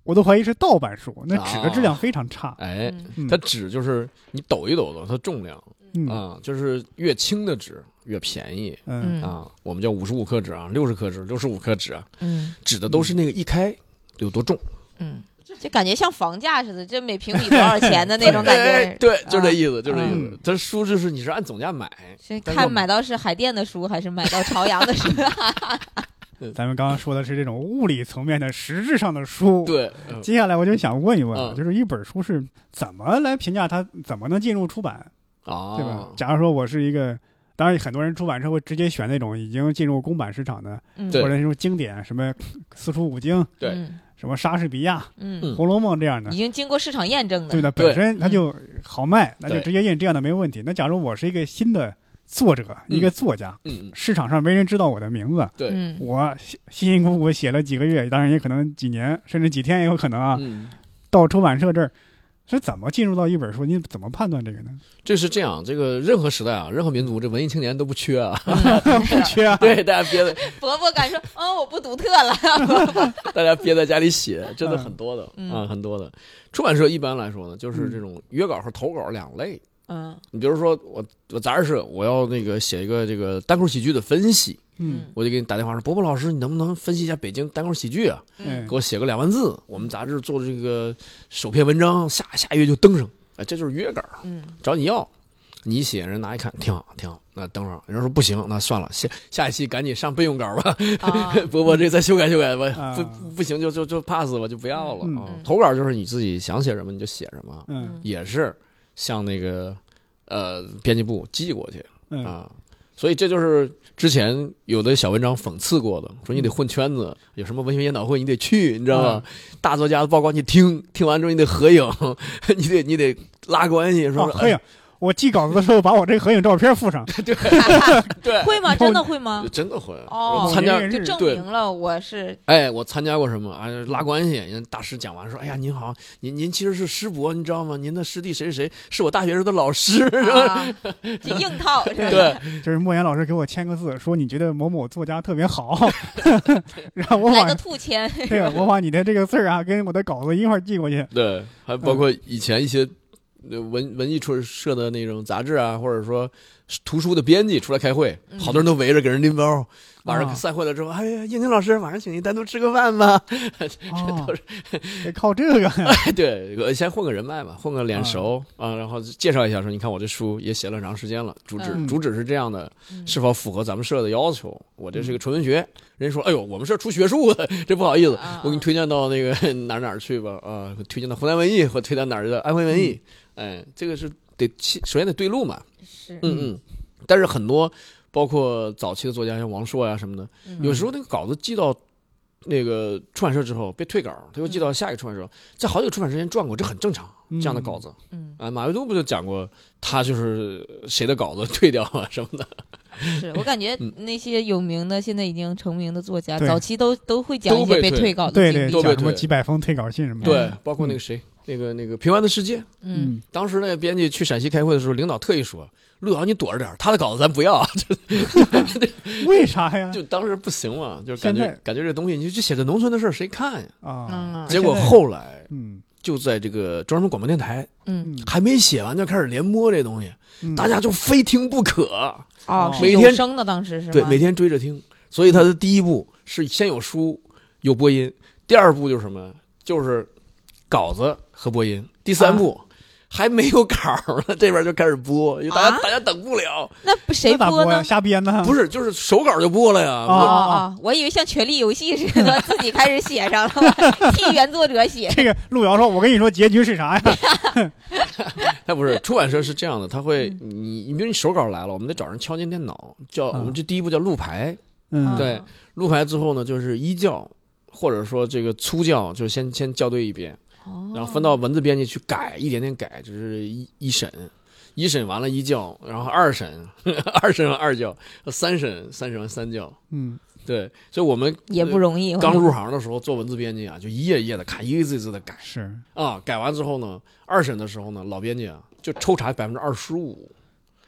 我都怀疑是盗版书，那纸的质量非常差。哎，嗯嗯它纸就是你抖一抖的，它重量嗯啊，就是越轻的纸越便宜嗯嗯啊。我们叫五十五克纸啊，六十克纸，六十五克纸啊，嗯指的都是那个一开有多重。嗯，就感觉像房价似的，这每平米多少钱的那种感哎觉。对，就这啊意思，就这意思嗯。这书就是你是按总价买，是但是我看买到是海淀的书还是买到朝阳的书？啊咱们刚刚说的是这种物理层面的实质上的书。。对，嗯接下来我就想问一问啊，嗯就是一本书是怎么来评价它怎么能进入出版，对吧啊？，假如说我是一个，当然很多人出版社会直接选那种已经进入公版市场的， 嗯，或对者那种经典，什么四书五经、对嗯什么莎士比亚、嗯，红楼梦这样的已，经经过市场验证对的。的，对嗯本身它就好卖，那就对直接印这样的没问题。那假如我是一个新的作者，一个作家，嗯，嗯市场上没人知道我的名字，对，嗯我辛辛辛苦苦写了几个月，当然也可能几年，甚至几天也有可能啊。嗯，到出版社这儿是怎么进入到一本书？你怎么判断这个呢？这是这样，这个任何时代啊，任何民族，这文艺青年都不 缺啊。不缺啊， 对，大家憋在嗯伯伯敢说，嗯，我不独特了。 大家憋在家里写，真的很多的嗯啊，很多的。出版社一般来说呢，就是这种约稿和投稿两类。嗯你比如说，我我杂志社我要那个写一个这个单口喜剧的分析，嗯，我就给你打电话说，伯伯老师，你能不能分析一下北京单口喜剧啊？嗯给我写个两万字，我们杂志做这个首篇文章，下下月就登上。哎，这就是约稿，嗯找你要，你一写人拿一看，挺好，挺好。那登上，人说不行，那算了，下下一期赶紧上备用稿吧。 啊，伯伯，这再修改修改吧啊，不不不行就就就 pass 吧，就不要了嗯啊嗯。投稿就是你自己想写什么你就写什么，嗯也是向那个呃编辑部寄过去嗯啊。所以这就是之前有的小文章讽刺过的，说你得混圈子，嗯有什么文学研讨会你得去，你知道吗？大作家的报告你听，听完之后你得合影， 你得你得拉关系，哦说，合影。我寄稿子的时 候，把我这个合影照片附上。对，会吗？真的会吗就？真的会。啊哦我参加我明白就证对明了我 是哎，我参加过什么？哎，拉关系。人家大师讲完说：“哎呀，您好，您您其实是师伯，你知道吗？您的师弟谁谁谁是我大学时候的老师。啊， 就硬套是吧？对，就是莫言老师给我签个字，说你觉得某某作家特别 好，让我来把个 兔签，对我把你的这个字儿啊，跟我的稿子一块儿寄过去。对，还包括以前一些呃文文艺出社的那种杂志啊，或者说图书的编辑出来开会，嗯好多人都围着给人拎包。晚啊上散会了之后，哎呀，燕京老师，晚上请您单独吃个饭吧。 哦，得靠这个呀。对，我先混个人脉吧，混个脸熟啊，然后介绍一下说，你看我这书也写了长时间了，主旨嗯主旨是这样的，嗯是否符合咱们社的要求？我这是一个纯文学，人家说，哎呦，我们社出学术的， 这不好意思啊，我给你推荐到那个 哪儿哪儿去吧，啊，推荐到湖南文艺或推荐哪儿的安徽文艺，嗯哎，这个是得起首先得对路嘛，是嗯嗯，但是很多包括早期的作家像王朔呀、啊什么的，嗯有时候那个稿子寄到那个出版社之后被退稿，他又寄到下一个出版社，在好几个出版社之间转过，这很正常。这样的稿子嗯啊，马未都不就讲过，他就是呃谁的稿子退掉啊什么的，是我感觉嗯那些有名的现在已经成名的作家，对早期都都会讲都一些会被退退稿的对经对，历都讲被什么退几百封退稿信什么的。对，包括那个谁，那个那个《平凡的世界》，嗯，当时那个编辑去陕西开会的时候，领导特意说，陆遥你躲着点儿，他的稿子咱不要， 嗯 为啥呀？就当时不行嘛，就是感觉现在感觉这东西你就写个农村的事儿谁看呀？啊嗯，结果现在后来嗯就在这个中央人民广播电台嗯，嗯还没写完就开始连播这东西，嗯大家就非听不可，哦，哦是每有天声的当时是吗？对，每天追着听。所以他的第一步是先有书有播音，第二步就是什么？就是稿子和播音。第三步、啊还没有稿儿呢，这边就开始播，因为大家、啊大家等不了，那不谁那咋播呀？呢？瞎编呢？不是是就是手稿就播了呀。哦啊我哦，我以为像《权力游戏》似的，自己开始写上了， 替原作者写。 这个路遥说，我跟你说结局是啥呀？ 他哎不是出版社是这样的，他会嗯你你比如你手稿来了，我们得找人敲进电脑，叫啊我们这第一步叫录啊牌，嗯，对录牌之后呢就是一校或者说这个粗校，就先先校对一遍。哦，然后分到文字编辑去改，一点点改，就是一一审，一审完了一教，然后二审， 二审完二教，三审三审完三教。嗯对，所以我们也不容易。刚入行的时候做文字编辑啊，就一页一页的看，一个字一个字的改是啊。改完之后呢，二审的时候呢，老编辑啊就抽查百分之二十五，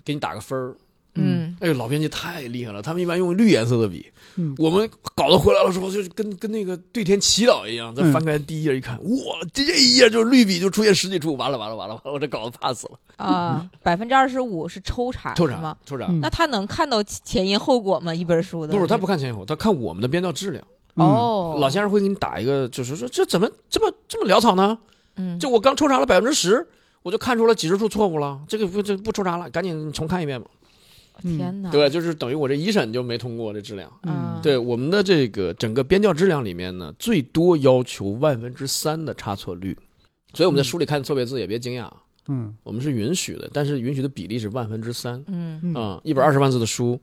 给你打个分儿。嗯，哎呦，老编辑太厉害了，他们一般用绿颜色的笔，嗯我们稿子回来的时候，就是跟跟那个对天祈祷一样，再嗯翻开第一页一看，哇，这这一页就是绿笔就出现十几处，完了完了完了完了，我这稿子怕死了，啊，百分之二十五是抽查，嗯抽啊是吗查？抽查，嗯那他能看到前因后果吗？一本书的不是他不看前后，他看我们的编造质量。嗯哦，老先生会给你打一个，就是说这怎么这么这么潦草呢？嗯，就我刚抽查了百分之十，我就看出了几十处错误了，这个不这不抽查了，赶紧重看一遍吧。天哪，对，就是等于我这一审就没通过这质量。嗯，对我们的这个整个编校质量里面呢，最多要求万分之三的差错率，所嗯以我们在书里看错别字也别惊讶，嗯我们是允许的，但是允许的比例是万分之三嗯，嗯啊，一百二十万字的书。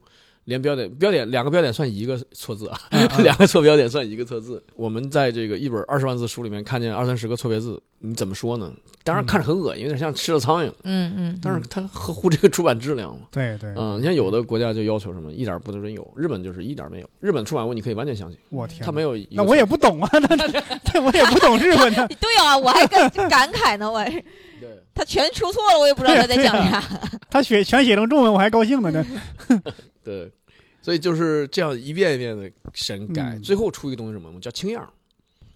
连标点标点两个标点算一个错字啊，嗯 两个错标点算一个错字。我们在这个一本二十万字书里面看见二三十个错别字，你怎么说呢？当然看着很恶心，有点像吃了苍蝇，嗯嗯，但是它合乎这个出版质量嘛。对对，嗯，你像有的国家就要求什么一点儿不准有，日本就是一点儿没有。日本出版物你可以完全相信，我天，它没有一个那我也不懂啊，那那我也不懂日文 的，对啊，我还跟感慨呢，我还对他全出错了，我也不知道他在讲 啥。他写全写成中文，我还高兴呢。那对，所以就是这样一遍一遍的审改，嗯最后出一个东西是什么？我们叫清样儿，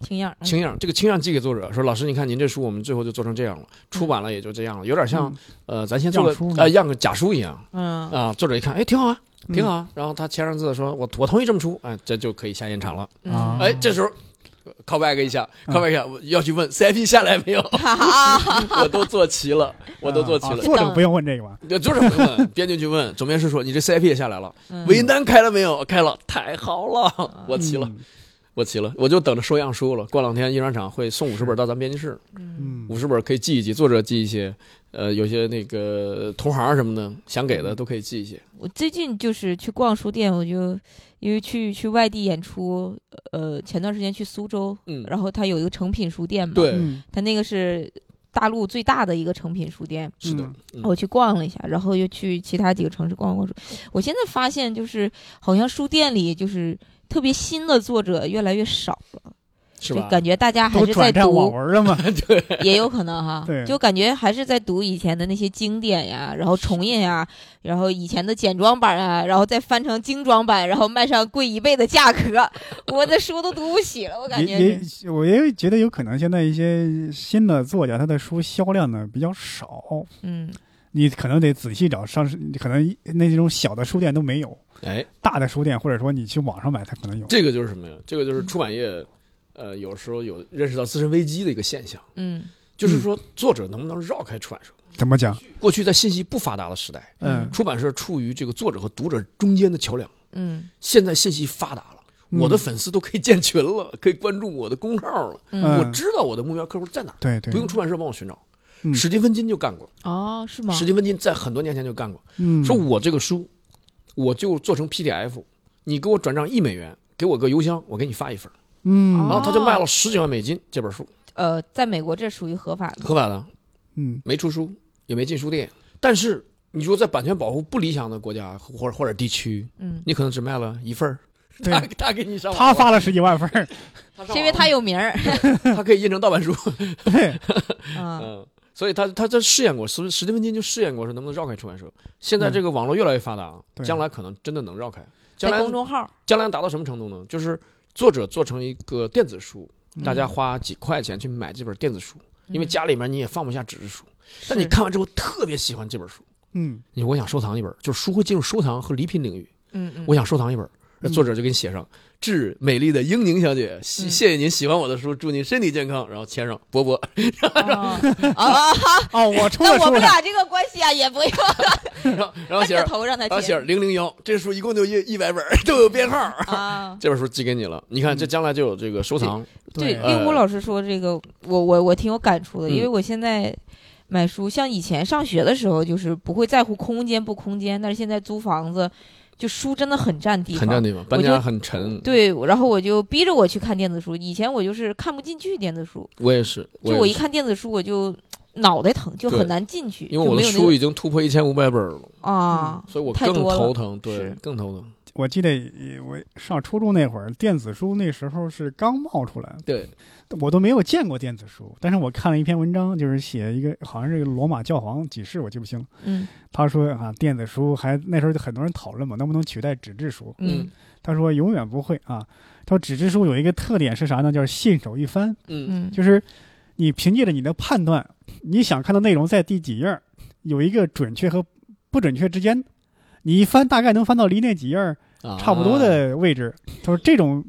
听样儿，嗯清样儿。这个清样寄给作者说：“老师，你看您这书，我们最后就做成这样了，出版了也就这样了，有点像、呃，咱先做嗯样书个吗呃样个假书一样嗯啊。作者一看，哎，挺好啊，嗯挺好啊。然后他签上字说：“我我同意这么出，哎，这就可以下延长了。嗯啊哎，这时候。call back 一下嗯，call back 一下，我要去问 CIP 下来 没有？啊，我都做齐了，我都做齐啊了。嗯作者不用问这个吧？对，就是会问，编辑去问，总编室说你这 CIP 也下来了，嗯尾音单开了没有？开了，太好了嗯，我齐了，嗯我齐了，我就等着收样书了。过两天印刷厂会送五十本到咱们编辑室，嗯嗯，五十本可以记一记，作者记一些，呃，有些那个同行什么的想给嗯的都可以记一些。我最近就是去逛书店，我就因为去去外地演出，呃，前段时间去苏州，嗯，然后它有一个诚品书店嘛，对，嗯它那个是大陆最大的一个诚品书店，是的，嗯我去逛了一下，然后又去其他几个城市逛了逛书。我现在发现，就是好像书店里就是特别新的作者越来越少了，是就吧？感觉大家还都是转在战网读，文了嘛？ 也有可能 哈对，就感觉还是在读以前的那些经典呀，然后重印呀，然后以前的简装版啊，然后再翻成精装版，然后卖上贵一倍的价格， 我的书都读不起了，我感觉也是也，我也觉得有可能现在一些新的作家，他的书销量呢比较少，嗯你可能得仔细找上市，可能一那种小的书店都没有，哎，大的书店或者说你去网上买，它可能有。这个就是什么呀？这个就是出版业，呃，有时候有认识到自身危机的一个现象，嗯就是说作者能不能绕开出版社？怎么讲？过去在信息不发达的时代。嗯出版社处于这个作者和读者中间的桥梁。嗯现在信息发达了，嗯我的粉丝都可以建群了， 可以关注我的公号了，嗯我知道我的目标客户在哪儿，对对，不用出版社帮我寻找。嗯史蒂芬金就干过，哦是吗？史蒂芬金在很多年前就干过，嗯，说我这个书，我就做成 PDF，你给我转账一美元。给我个邮箱，我给你发一份儿，嗯然后哦他就卖了十几万美金这本书，呃，在美国这属于合法的，合法的，嗯没出书，也没进书店。但是你说在版权保护不理想的国家或者或者地区，嗯，你可能只卖了一份儿，对他他给你上网他发了十几万份 儿，是啊因为他有名儿，他可以印成盗版书，对，嗯。嗯，所以他他他试验过，史史蒂芬金就试验过，说能不能绕开出版社。现嗯在这个网络越来越发达，啊对将来可能真的能绕开。将在来公众号，将来达到什么程度呢？就是作者做成一个电子书，大家花几块钱去买这本电子书，因为嗯家里面你也放不下纸质书，但你是看完之后特别喜欢这本书，嗯你说我想收藏一本，就是书会进入收藏和礼品领域，嗯嗯，我想收藏一本。那作者就给你写上：“致美丽的英宁小姐，嗯喜谢谢您喜欢我的书，祝您身体健康。”然后签上伯 伯，哦 哦，哦，我出了那我书们了，俩这个关系啊，也不用然后然后摁写着上头让他然后写签零零幺，这书一共就一一百 本儿，都有编号。啊。这本书寄给你了，你嗯看这将来就有这个收藏。 对，对令狐老师说这个，我我我挺有感触的，哎嗯因为我现在买书，像以前上学的时候，就是不会在乎空间不空间，但是现在租房子，就书真的很占地方，很占地方，搬我家就很沉。，对，然后我就逼着我去看电子书，以前我就是看不进去电子书，我也是，就也我一是，看电子书我就脑袋疼，就对很难进去，因为就我的没有那书个已经突破一千五百本了，啊，所以我太更多了头疼，对是，更头疼。我记得呃我上初中那会儿，电子书那时候是刚冒出来，对，我都没有见过电子书。但是我看了一篇文章，就是写一个好像是罗马教皇几世，我记不清。嗯他说啊，电子书还那时候就很多人讨论嘛，能不能取代纸质书？嗯他说永远不会啊。他说纸质书有一个特点是啥呢？叫信手一翻，嗯，嗯，就是你凭借着你的判断，你想看的内容在第几页儿，有一个准确和不准确之间，你一翻大概能翻到离那几页儿啊差不多，的位置。他说这种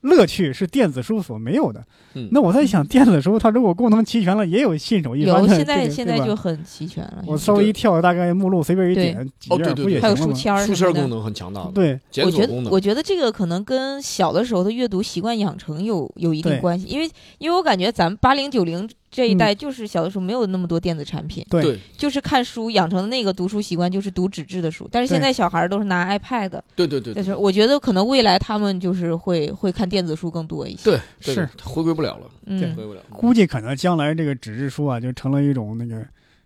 乐趣是电子书所没有的。嗯那我在想，电子书它如果功能齐全了，也有信手一翻有的这个。现在现在对吧啊就很齐全了。我稍微一跳，大概目录随便一点几哦页对儿对不也对还有行书了吗？签儿什书签么功的。能很强大的，对，检我索觉得功，能我觉得这个可能跟小的时候的阅读习惯养成有有一定对嗯关系，因为因为我感觉咱们八零九零这一代，就是小的时候没有那么多电子产品，对对就是看书养成的那个读书习惯，就是读纸质的书。但是现对在小孩儿都是拿 iPad，对对对，但对是我觉得可能未来他们就是会会看电子书更多一些。对对是回归不了了，对嗯，回归不了，估计可能将来这个纸质书啊，就成了一种那个，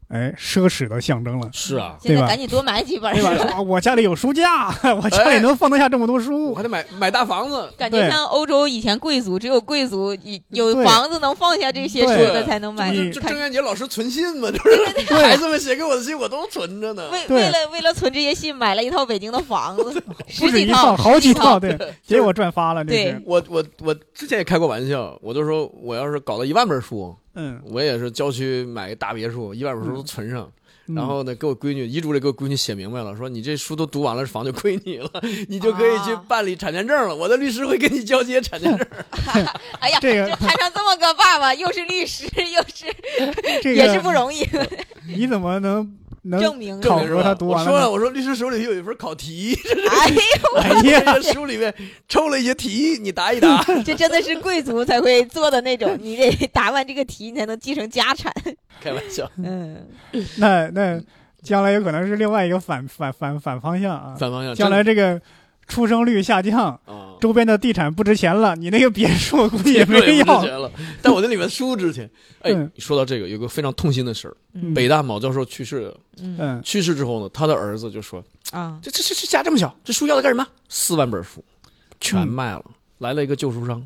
哎，奢侈的象征了。是啊，现对在吧赶紧多买几本儿对，吧？啊，我家里有书架， 我家哎里能放得下这么多我书还。得买买大房子，感觉对像欧洲以前贵族，只有贵族以有对房子能放下这些书对的才能买哎。这你这看郑渊洁老师存信嘛，就是孩子们写给我的信我都存着呢，为对为了为了存这些信，买了一套北京的房 子，不十止几一套，好几几套，。对， 结果赚发了，这对是，我我我之前也开过玩笑，我就说我要是搞到一万本书，嗯，我也是郊区买个大别墅，一万本书都存上，嗯然后呢给我闺女遗嘱里给我闺女写明白了，说你这书都读完了，房就归你了，你就可以去啊办理产权证了，我的律师会跟你交接产权证。哎呀，这个就摊上这么个爸爸，又是律师，又是这也是个不容易你怎么能能？证 明。考明是核他吧？读我完了说吗我说律师手里有一份考题，哎 呦，哎这呀， 个书里面抽了一些题，你答一答。这真的是贵族才会做的那种，你得答完这个题，你才能继承家产。开玩笑，啊嗯，那那将来有可能是另外一个反反反反方向啊！反方向，将来这个出生率下降， 真啊，周边的地产不值钱了，你那个别墅 估计也没这人也不值要。钱了，但我那里面书值钱。哎嗯，说到这个，有个非常痛心的事儿，嗯北大某教授去世了，嗯嗯，去世之后呢，他的儿子就说。啊，这这这这家这么小，这书要它干什么？四万本书，全卖了。来了一个旧书商，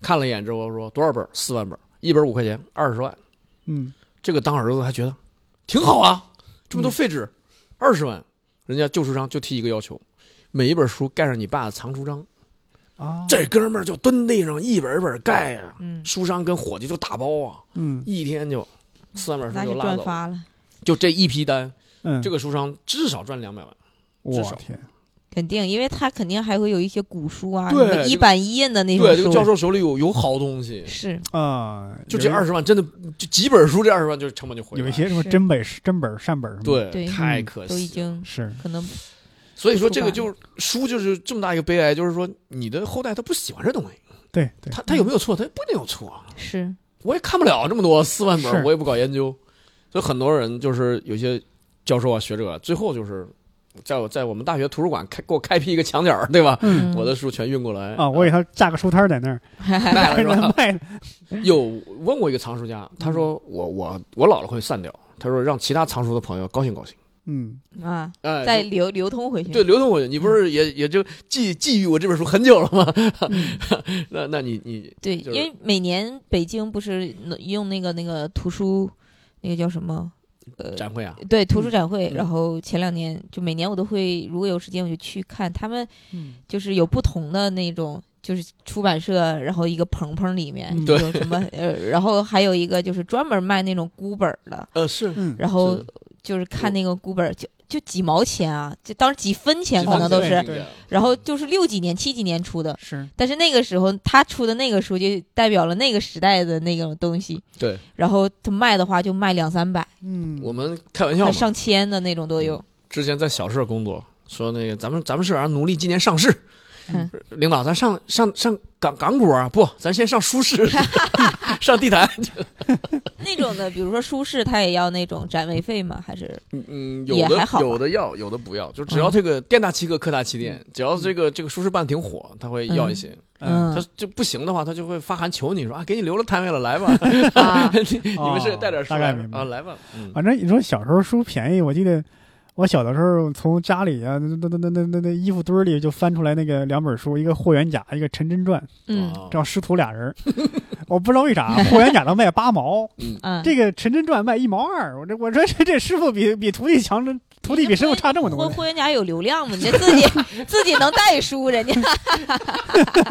看了一眼之后说多少本？四万本，一本五块钱，二十万。嗯，这个当儿子还觉得挺好啊，这么多废纸，二十、万。人家旧书商就提一个要求，每一本书盖上你爸的藏书章。啊，这哥们儿就蹲地上一本一本盖呀、嗯，书商跟伙计就打包啊，嗯一天就四万本那书是就拉赚走了，发了，就这一批单，嗯，这个书商至少赚两百万。我少天，肯定，因为他肯定还会有一些古书啊，对什么一版一印的那种对，这书个教授手里有有好东西，是啊，就这有一二十万，真的就几本书，这二十万就是成本就回来有了。一些什嗯么是真本事真本儿善本儿什么的，对，对太可都已惜了。经是可能所以说，这个就是书，就是这么大一个悲哀，就是说你的后代他不喜欢这东西，对对，他他有没有错？他不一定有错啊。是我也看不了这么多四万本，是我也不搞研究，所以很多人就是有些教授啊、学者啊，最后就是在我在我们大学图书馆开给我开辟一个墙角儿，对吧？嗯我的书全运过来啊，我给他架个书摊儿在那儿，卖了是 吧？卖了， 有问过一个藏书家，他说我我我老了会散掉，他说让其他藏书的朋友高兴高兴。嗯，啊，哎，再流流通回去。对，流通过去，你不是也也就觊觊觎我这本书很久了吗？ 那那你你嗯对， 就因是为每年北京不是能用那个那个图书，那个叫什么？呃，展会啊？对，图书展会。嗯然后前两年就每年我都会，如果有时间我就去看。他们嗯就是有不同的那种，就是出版社，然后一个棚棚里面嗯有对什么呃，然后还有一个就是专门卖那种孤本儿的，呃，是嗯，然后是就是哦看那个孤本儿就。就几毛钱啊，就当时几分钱可能都对是，然后就是六几年、七几年出的，是但 是那个时候他出的那个书就代表了那个时代的那种东西，对然后他卖的话就卖两三百，嗯，我们开玩笑还嘛，上千的那种都有。之前在小社工作，说那个咱们咱们社啊，努力今年上市。嗯领导，咱上上上港港股啊？不，咱先上 书市，上地坛。那种的，比如说舒适，他也要那种展位费吗？还是嗯，有也还的好吧有的要，有的不要，就只要这个店大欺客，客大欺店，只要这个这个书市办得挺火，他会要一些。嗯，他就不行的话，他就会发函求你说啊，给你留了摊位了，来吧。 啊你你们是带点书大来概吧明白啊，来吧。嗯，反正你说小时候书便宜，我记得我小的时候从家里啊，那那那那那那衣服堆里就翻出来那个两本书，一个《霍元甲》，一个《陈真传》，嗯哦啊这师徒俩人。 我不知道为啥《霍元甲》能卖八毛，嗯，这个《陈真传》卖一毛二。我这我说这这师傅比比徒弟强，这徒弟比师傅差这么多霍呢。霍元甲有流量吗？ 你这自己自己能带书，人家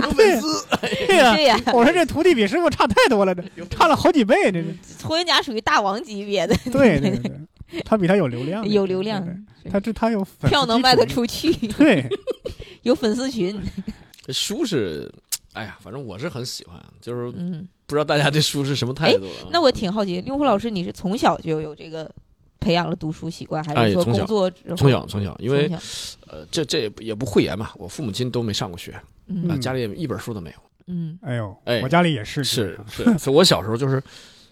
有粉丝， 对呀、对呀，我说这徒弟比师傅差太多了，这差了好几倍， 这是。霍元甲属于大王级别的，对对对，他比他有流量， 有流量对对，他这他有粉丝票能基础卖得。出去，对，有粉丝群，这书是，哎呀，反正我是很喜欢，就是嗯，不知道大家对书是什么态度啊。哎那我挺好奇，令狐老师，你是从小就有这个培养了读书习惯，还哎是说从小工作之后从小从小，因为从小呃，这这也不也不讳言嘛，我父母亲都没上过学啊、嗯嗯家里也一本书都没有。嗯哎呦， 哎我家里也是是， 是，所以我小时候就是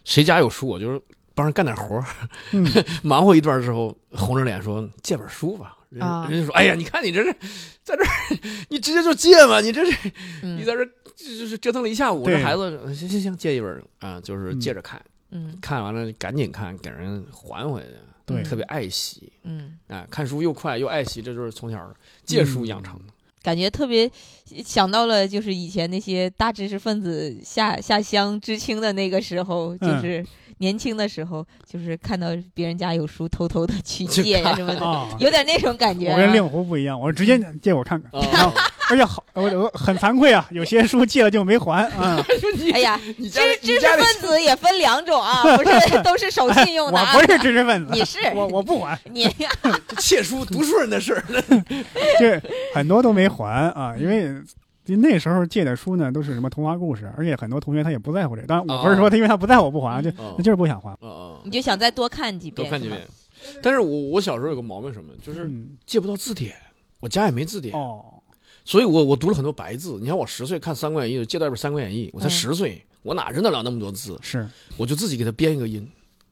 谁家有书，我就是帮人干点活儿，嗯 忙活一段之后，红着脸说借本书吧。人啊人家说：“哎呀，你看你这是在这儿，你直接就借嘛，你这是你嗯在这儿就是折腾了一下午，对这孩子行行行，借一本儿啊，就是借着看，嗯看完了赶紧看，给人还回去，对特别爱惜嗯，啊，看书又快又爱惜，这就是从嗯小借书养成的。感觉特别想到了，就是以前那些大知识分子下下乡知青的那个时候，就嗯是年轻的时候，就是看到别人家有书，偷偷的去借呀什么 的，啊。有点那种感觉啊。我跟令狐不一样，我直接借我看看，啊， 而且好，我我很惭愧啊，有些书借了就没还 啊。说你哎呀， 你知家里知你识家里分子也分两种啊，不是 都是守信用的哎我啊不。是知识分子，你是我我不还，你 借书读书人的事儿， 这很多都没还啊，因为。那时候借的书呢，都是什么童话故事，而且很多同学他也不在乎这个。当然，我不是说他因为他不在乎不还，就哦他就是不想还。哦你就想再多看几多遍，看几遍。但是我我小时候有个毛病什么，就是嗯，借不到字典，我家也没字典，哦，所以我我读了很多白字。你看我十岁看《三国演义》，借到一本《三国演义》，我才嗯十岁，我哪认得了那么多字？是，我就自己给他编一个音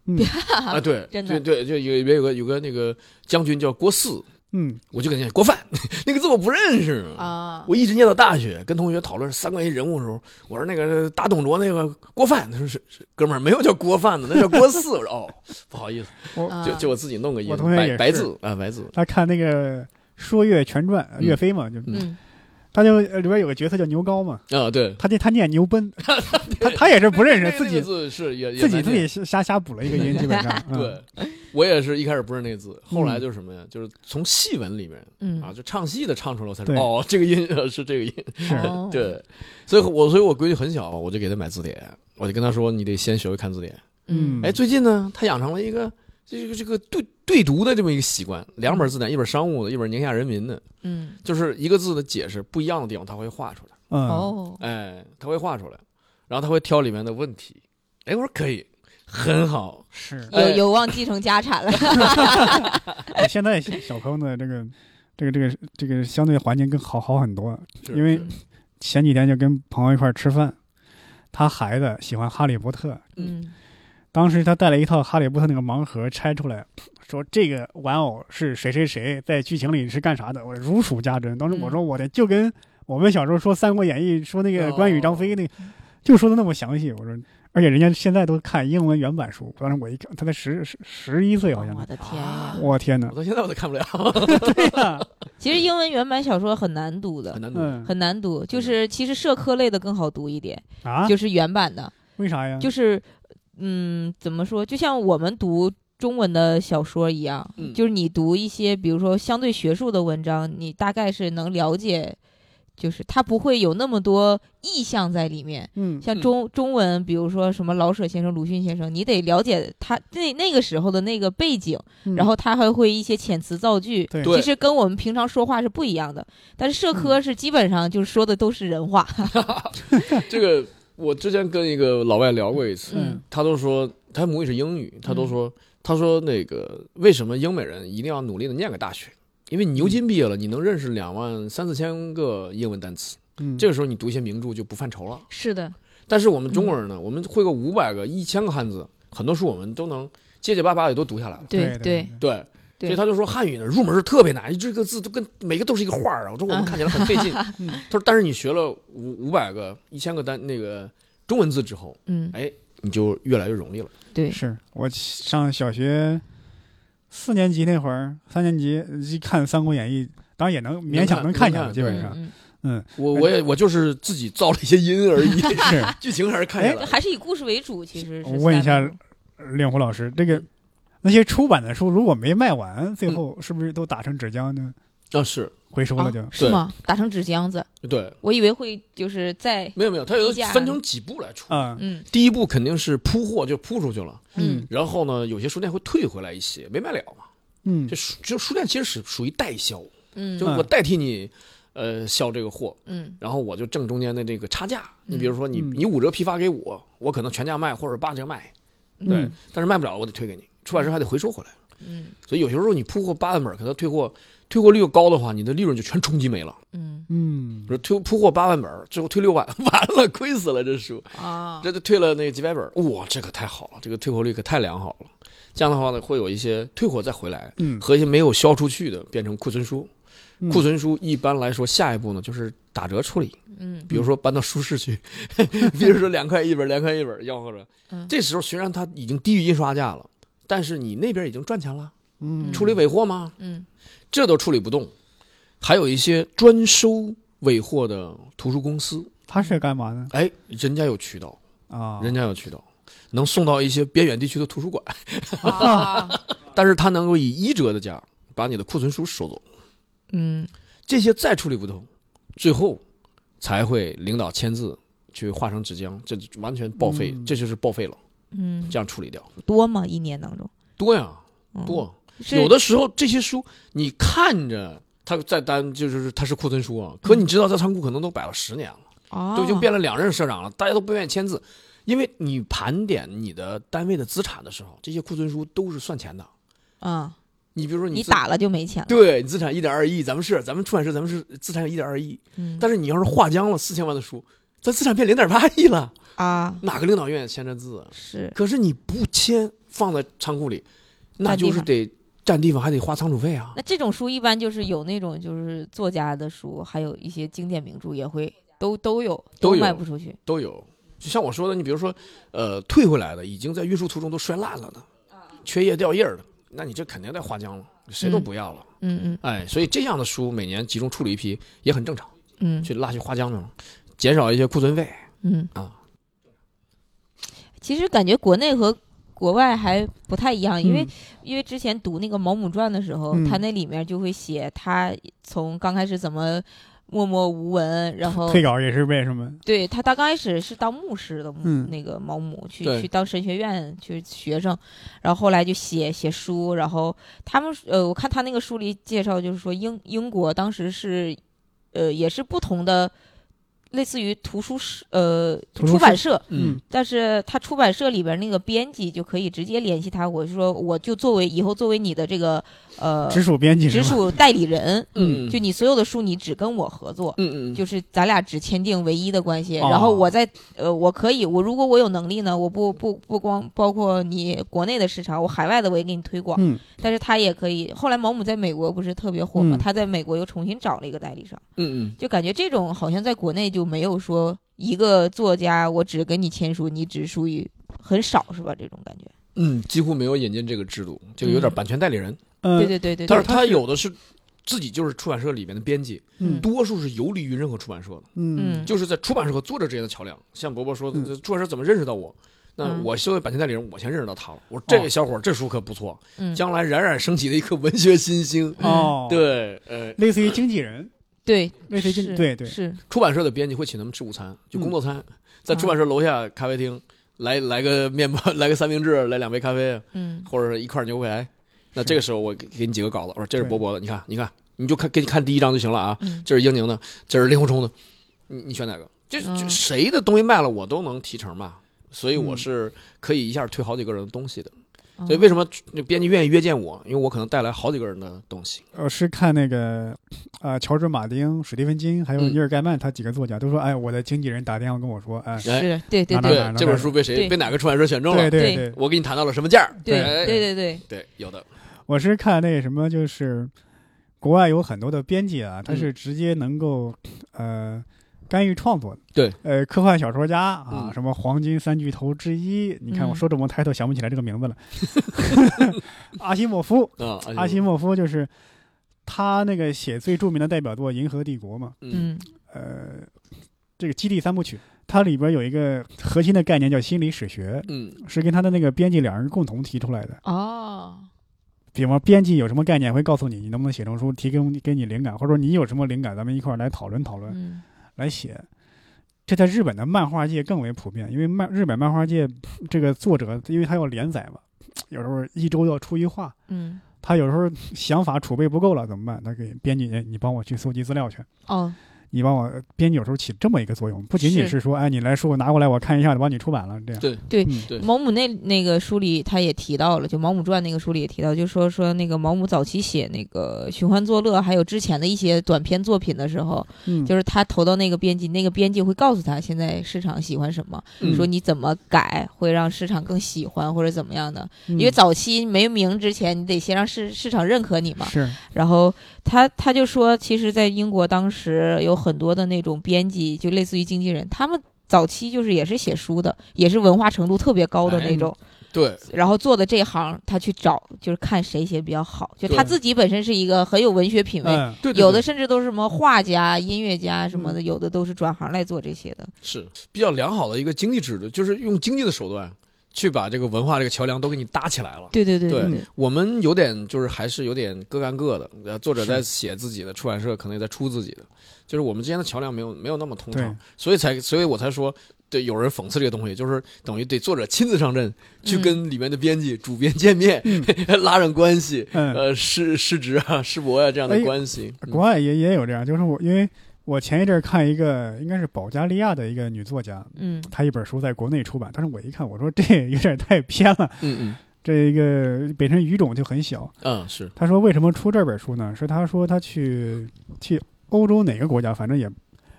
嗯，啊，对，真的对对，就有里边有个有个那个将军叫郭汜，嗯，我就给他念郭范， 那个字我不认识。啊。嗯我一直念到大学，跟同学讨论《三国演义》人物的时候，我说那个大董卓那个郭范，他说是是哥们儿没有叫郭范的，那叫郭汜。我说哦，不好意思，我就啊就我自己弄个音我同学也白是白字啊白字，他看那个《说岳全传》，呃嗯岳飞嘛，就嗯，他就呃里边有个角色叫牛皋嘛，啊，对，他就他念牛 奔，他他也是不认识自那己个字是也也自己难自念己瞎瞎补了一个音，基本 上。嗯，对，我也是一开始不认那个字，后来就是什么呀？就是从戏文里面嗯啊，就唱戏的唱出来，我才知对嗯道哦，这个音呃是这个音。是哦对，所以我所以我闺女很小，我就给她买字典，我就跟她说，你得先学会看字典。嗯哎，最近呢，她养成了一个这个这个对对读的这么一个习惯，嗯两本字典，一本商务的，一本宁夏人民的，嗯就是一个字的解释不一样的地方，她会画出来。嗯，哦，哎，他会画出来，然后他会挑里面的问题。哎，我说可以，很好。是。有哎有望继承家产 了。现在小朋友的这个这个这个这个相对环境更好好很多。是因为是前几天就跟朋友一块儿吃饭，他孩子喜欢哈利波特，嗯当时他带了一套哈利波特那个盲盒拆出来，说这个玩偶是谁谁谁在剧情里是干啥的，我如数家珍。当时我说嗯我的就跟我们小时候说《三国演义》说那哦个关羽张飞那个，就说的那么详细。我说，而且人家现在都看英文原版书。当时我一看，他才十十十一岁好像我，的天呀啊！我天哪我！到现在我都看不了，对呀，其实英文原版小说很难读的很，难读。 嗯很难读。就是其实社科类的更好读一点，啊，就是原版的，为啥呀？就是嗯，怎么说？就像我们读中文的小说一样，嗯就是你读一些比如说相对学术的文章，你大概是能了解，就是它不会有那么多意象在里面。嗯像嗯中中文，比如说什么老舍先生、鲁迅先生，你得了解他那那个时候的那个背景，嗯然后他还会一些遣词造句，对嗯对其实跟我们平常说话是不一样的。但是社科是基本上就是说的都是人话，这个我之前跟一个老外聊过一次，嗯他都说他母语是英语，他都说、他说那个为什么英美人一定要努力的念个大学？因为你牛津毕业了，你能认识两万三四千个英文单词，嗯这个时候你读一些名著就不犯愁了。是的，但是我们中国人呢，我们会个五百个、一千个汉字，很多书我们都能结结巴巴也都读下来了。对对对，对所以他就说汉语呢入门是特别难，这个字都跟每个都是一个画儿啊。我说我们看起来很费劲，嗯他说但是你学了五五百个、一千个单那个中文字之后，嗯哎，你就越来越容易了。对，是我上小学四年级那会儿，三年级一看《三国演义》，当然也能勉强能看下来，能看基本上，嗯嗯，我我也我就是自己造了一些音而已，是。剧情还是看下嗯来。还是以故事为主，其实是我问一下三部令狐老师，这个那些出版的书如果没卖完，最后是不是都打成纸浆呢？啊，是回收了就嗯啊，是吗？打成纸浆子，对，我以为会就是在没有没有，它有低价分成几步来出。啊，嗯第一步肯定是铺货，就铺出去了。嗯然后呢，有些书店会退回来一些，没卖了嘛。嗯这书就书店其实是属于代销，嗯就我代替你，呃，销这个货，嗯然后我就挣中间的这个差价。你比如说你，嗯你五折批发给我，我可能全价卖或者八折卖，对嗯，但是卖不了我得退给你，出版社还得回收回来。嗯所以有些时候你铺货八万本，可能退货退货率又高的话，你的利润就全冲击没了。嗯嗯比如退铺货八万本，最后退六万， 完了亏死了这书，啊，这就退了那几百本，哇，这可太好了，这个退货率可太良好了。这样的话呢，会有一些退货再回来，嗯和一些没有销出去的变成库存书。嗯库存书一般来说，下一步呢就是打折处理，嗯比如说搬到书市去， 比如说两块一本，两块一本吆喝着嗯。这时候虽然它已经低于印刷价了，但是你那边已经赚钱了，嗯处理尾货吗？ 嗯这都处理不动。还有一些专收尾货的图书公司，他是干嘛呢？哎，人家有渠道，啊，人家有渠道，能送到一些边远地区的图书馆，啊但是他能够以一折的价把你的库存书收走，嗯这些再处理不通，最后才会领导签字去化成纸浆，这完全报废，嗯这就是报废了，嗯，这样处理掉多吗？一年当中多呀嗯多。是有的时候这些书你看着它在单就是它是库存书啊，可你知道在仓库可能都摆了十年了。哦都已经变了两任社长了，大家都不愿意签字，因为你盘点你的单位的资产的时候，这些库存书都是算钱的。啊，你比如说你资打了就没钱了，对你资产一点二亿，咱们是咱们出版社，咱们是资产一点二亿，嗯但是你要是划浆了四千万的书，咱资产变零点八亿了，啊哪个领导愿意签这字啊？是可是你不签，放在仓库里，那占地就方是得占地方，还得花仓储费啊那。这种书一般就是有那种就是作家的书，还有一些经典名著也会都都有，都有卖不出去。都有。就像我说的，你比如说，呃，退回来的已经在运输途中都摔烂了的，缺叶掉叶儿的，那你这肯定得划浆了，谁都不要了。啊嗯哎，所以这样的书每年集中处理一批也很正常，嗯去拉去划浆去了，减少一些库存费。嗯嗯啊其实感觉国内和国外还不太一样，因为、嗯因为之前读那个《毛姆传》的时候，嗯他那里面就会写他从刚开始怎么默默无闻，然后退稿也是为什么？对他，他刚开始是当牧师的牧，嗯那个毛姆去对去当神学院去学生，然后后来就写写书，然后他们呃，我看他那个书里介绍，就是说英英国当时是呃也是不同的，类似于图书社呃图书出版社，嗯但是他出版社里边那个编辑就可以直接联系他，我就说我就作为以后作为你的这个呃直属编辑是直吧属代理人，嗯，就你所有的书你只跟我合作，嗯嗯，就是咱俩只签订唯一的关系，哦然后我在呃，我可以，我如果我有能力呢，我不不不光包括你国内的市场，我海外的我也给你推广，嗯但是他也可以。后来毛姆在美国不是特别火嘛，嗯他在美国又重新找了一个代理商，嗯就感觉这种好像在国内就没有说一个作家我只跟你签署，你只属于很少是吧？这种感觉，嗯嗯，几乎没有引进这个制度，就有点嗯版权代理人，对嗯对对对但对是，他有的是自己就是出版社里面的编辑，嗯多数是游离于任何出版社的。嗯嗯，就是在出版社和作者之间的桥梁。像伯伯说，嗯这出版社怎么认识到我？那嗯我作为版权代理人，我先认识到他了。我说这个小伙儿，这书可不错，嗯，将来冉冉升起的一颗文学新星。哦，， 对，呃，类似于经纪人，对，类似于经是对对，是，出版社的编辑会请他们吃午餐，就工作餐，在出版社楼下咖啡厅来来个面包， 来个三明治，来两杯咖啡，嗯或者是一块牛排。那这个时候我给给你几个稿子，我说这是对伯伯的，你看，你看，你就看给你看第一章就行了啊。嗯这是英宁的，这是令狐冲的，你你选哪个？就是就嗯谁的东西卖了，我都能提成嘛。所以我嗯是可以一下推好几个人的东西的。嗯，所以为什么那编辑愿意约见我？因为我可能带来好几个人的东西。嗯我呃是看那个，呃，乔治·马丁、史蒂芬金还有嗯尼尔·盖曼，他几个作家都说，哎，我的经纪人打电话跟我说，哎，哎是，对对拿对拿对，这本书被谁对被哪个出版社选中对了？对对对，我给你谈到了什么价儿？对哎对对对，对，有的，我是看那什么，嗯就是国外有很多的编辑啊，他是直接能够，呃，干预创作的。对，呃，科幻小说家啊，嗯什么黄金三巨头之一，你看我嗯说这么抬头想不起来这个名 字了。阿西莫夫，啊，阿西莫夫就是他那个写最著名的代表作《银河帝国》嘛，嗯嗯呃，这个《基地三部曲》，它里边有一个核心的概念叫心理史学，嗯是跟他的那个编辑两人共同提出来的。哦，比方编辑有什么概念，会告诉你，你能不能写成书，提供给你灵感，或者说你有什么灵感，咱们一块儿来讨论讨论，嗯来写。这在日本的漫画界更为普遍，因为漫日本漫画界这个作者，因为他要连载嘛，有时候一周要出一话，嗯他有时候想法储备不够了怎么办？他给编辑，哎你帮我去搜集资料去，哦，你帮我编辑有时候起这么一个作用，不仅仅是是说，哎，你来书拿过来我看一下，帮你出版了这样。对对嗯对毛姆那那个书里他也提到了，就《毛姆传》那个书里也提到，就说说那个毛姆早期写那个《寻欢作乐》，还有之前的一些短篇作品的时候，嗯，就是他投到那个编辑，那个编辑会告诉他现在市场喜欢什么，嗯说你怎么改会让市场更喜欢或者怎么样的。嗯因为早期没名之前，你得先让市市场认可你嘛。嗯是，然后他他就说，其实，在英国当时有很多的那种编辑，就类似于经纪人，他们早期就是也是写书的，也是文化程度特别高的哎那种。对，然后做的这行，他去找就是看谁写比较好，就他对自己本身是一个很有文学品味。嗯，哎对对有对嗯的甚至都是什么画家、音乐家什么的，有的都是转行来做这些的。是比较良好的一个经济制度，就是用经济的手段去把这个文化这个桥梁都给你搭起来了。对对对对对，我们有点就是还是有点各干各的，呃，作者在写自己的，出版社可能也在出自己的，就是我们之间的桥梁没有没有那么通对畅，，所以才所以我才说，对，有人讽刺这个东西，就是等于得作者亲自上阵去嗯跟里面的编辑、主编见面，嗯 拉上关系，嗯，呃，师师侄啊、师伯啊这样的哎关系，嗯国外也也有这样，就是我因为我前一阵儿看一个应该是保加利亚的一个女作家，嗯她一本书在国内出版，但是我一看，我说这有点太偏了，嗯嗯这一个本身语种就很小。嗯，是她说为什么出这本书呢？是她说她去去欧洲哪个国家，反正也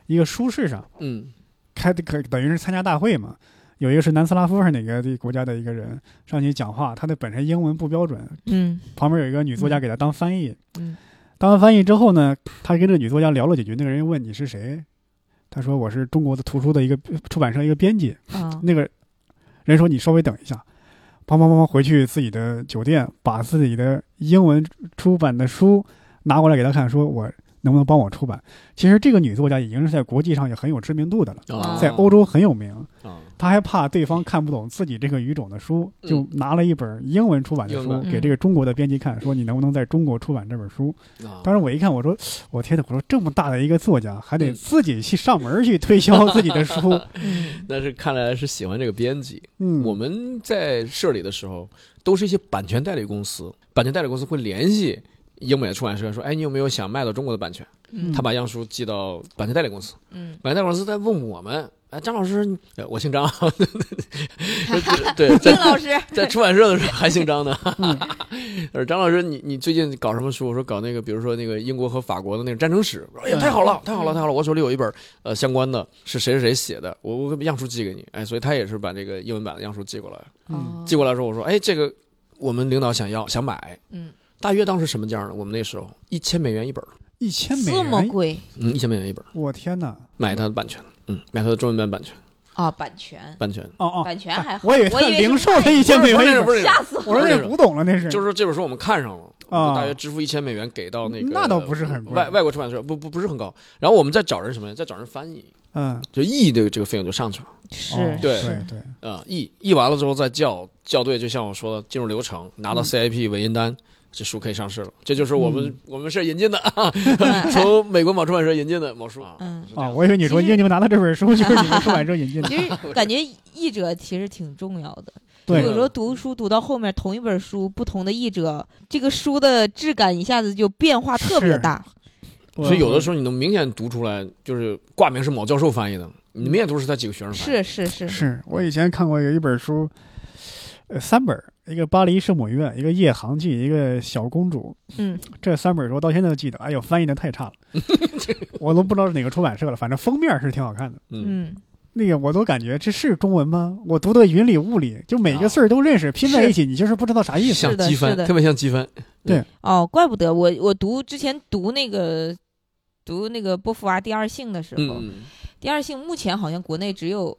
一个书市上嗯开的可等于是参加大会嘛。有一个是南斯拉夫还是哪个地国家的一个人上去讲话，他的本身英文不标准，嗯旁边有一个女作家给他当翻译。嗯，当完翻译之后呢，他跟这个女作家聊了几句，那个人又问你是谁，他说我是中国的图书的一个出版社一个编辑。啊，那个人说你稍微等一下，砰砰砰砰回去自己的酒店，把自己的英文出版的书拿过来给他看，说我能不能帮我出版？其实这个女作家已经是在国际上也很有知名度的了，啊，在欧洲很有名。啊，他还怕对方看不懂自己这个语种的书，就拿了一本英文出版的嗯英书文嗯给这个中国的编辑看，说你能不能在中国出版这本书？啊当时我一看，我说我天呐，我说这么大的一个作家，还得嗯自己去上门儿去推销自己的书， 嗯但是看来是喜欢这个编辑，嗯，我们在社里的时候，都是一些版权代理公司，版权代理公司会联系英美的出版社说：“哎，你有没有想卖到中国的版权？”嗯他把样书寄到版权代理公司，嗯版权代理公司在问我们：“哎，张老师，你呃我姓张， 对，丁 在老师，在出版社的时候还姓张呢。嗯 他说张老师，你你最近搞什么书？我说搞那个，比如说那个英国和法国的那个战争史。我说哎嗯呀，太好了，太好了，太好了！我手里有一本呃相关的，是谁谁谁写的，我我样书寄给你。哎，所以他也是把这个英文版的样书寄过来。嗯哦寄过来说，我说，哎，这个我们领导想要想买，嗯，大约当时什么价呢？我们那时候一千美元一本儿，一千美这么元，贵嗯，一千美元一本儿，我天呐，买它的版权，嗯，买它的中文版版权，啊，版权，版权。哦哦，版权还好，我以为他我以为是零售的一千美不元是那一个，不本，是那吓个，死我我说了，这是古董了，那是，就是说这本书我们看上了，我啊们大约支付一千美元给到那个，那倒不是很贵外外国出版社不不不是很高。然后我们再找人什么呀？再找人翻译，嗯，就译的这个费用就上去了哦是，对对对，啊，译译完了之后再校校对，就像我说的，进入流程，拿到嗯 CIP 文印单。这书可以上市了，这就是我们、嗯我们是引进的， 从美国某出版社引进的某书啊。嗯，是这啊，样我以为你说其实英你们拿到这本书就是你们出版社引进的，其 实感觉译者其实挺重要的。对有时候读书读到后面，同一本书，不同的译者，这个书的质感一下子就变化特别大。我所以有的时候你能明显读出来，就是挂名是某教授翻译的，你明显读是他几个学生翻译的。是是是，是我以前看过有一本书，呃，三本儿，一个《巴黎圣母院》，一个《夜航记》，一个《小公主》，嗯，这三本书我到现在都记得，哎呦，翻译的太差了，我都不知道是哪个出版社了，反正封面是挺好看的。嗯，嗯，那个我都感觉这是中文吗？我读的云里雾里，就啊每个字儿都认识，拼在一起你就是不知道啥意思。像是的机是翻，的特别像机翻。哦，怪不得我我读之前读那个读那个波伏娃第二性的时候，嗯，第二性目前好像国内只有。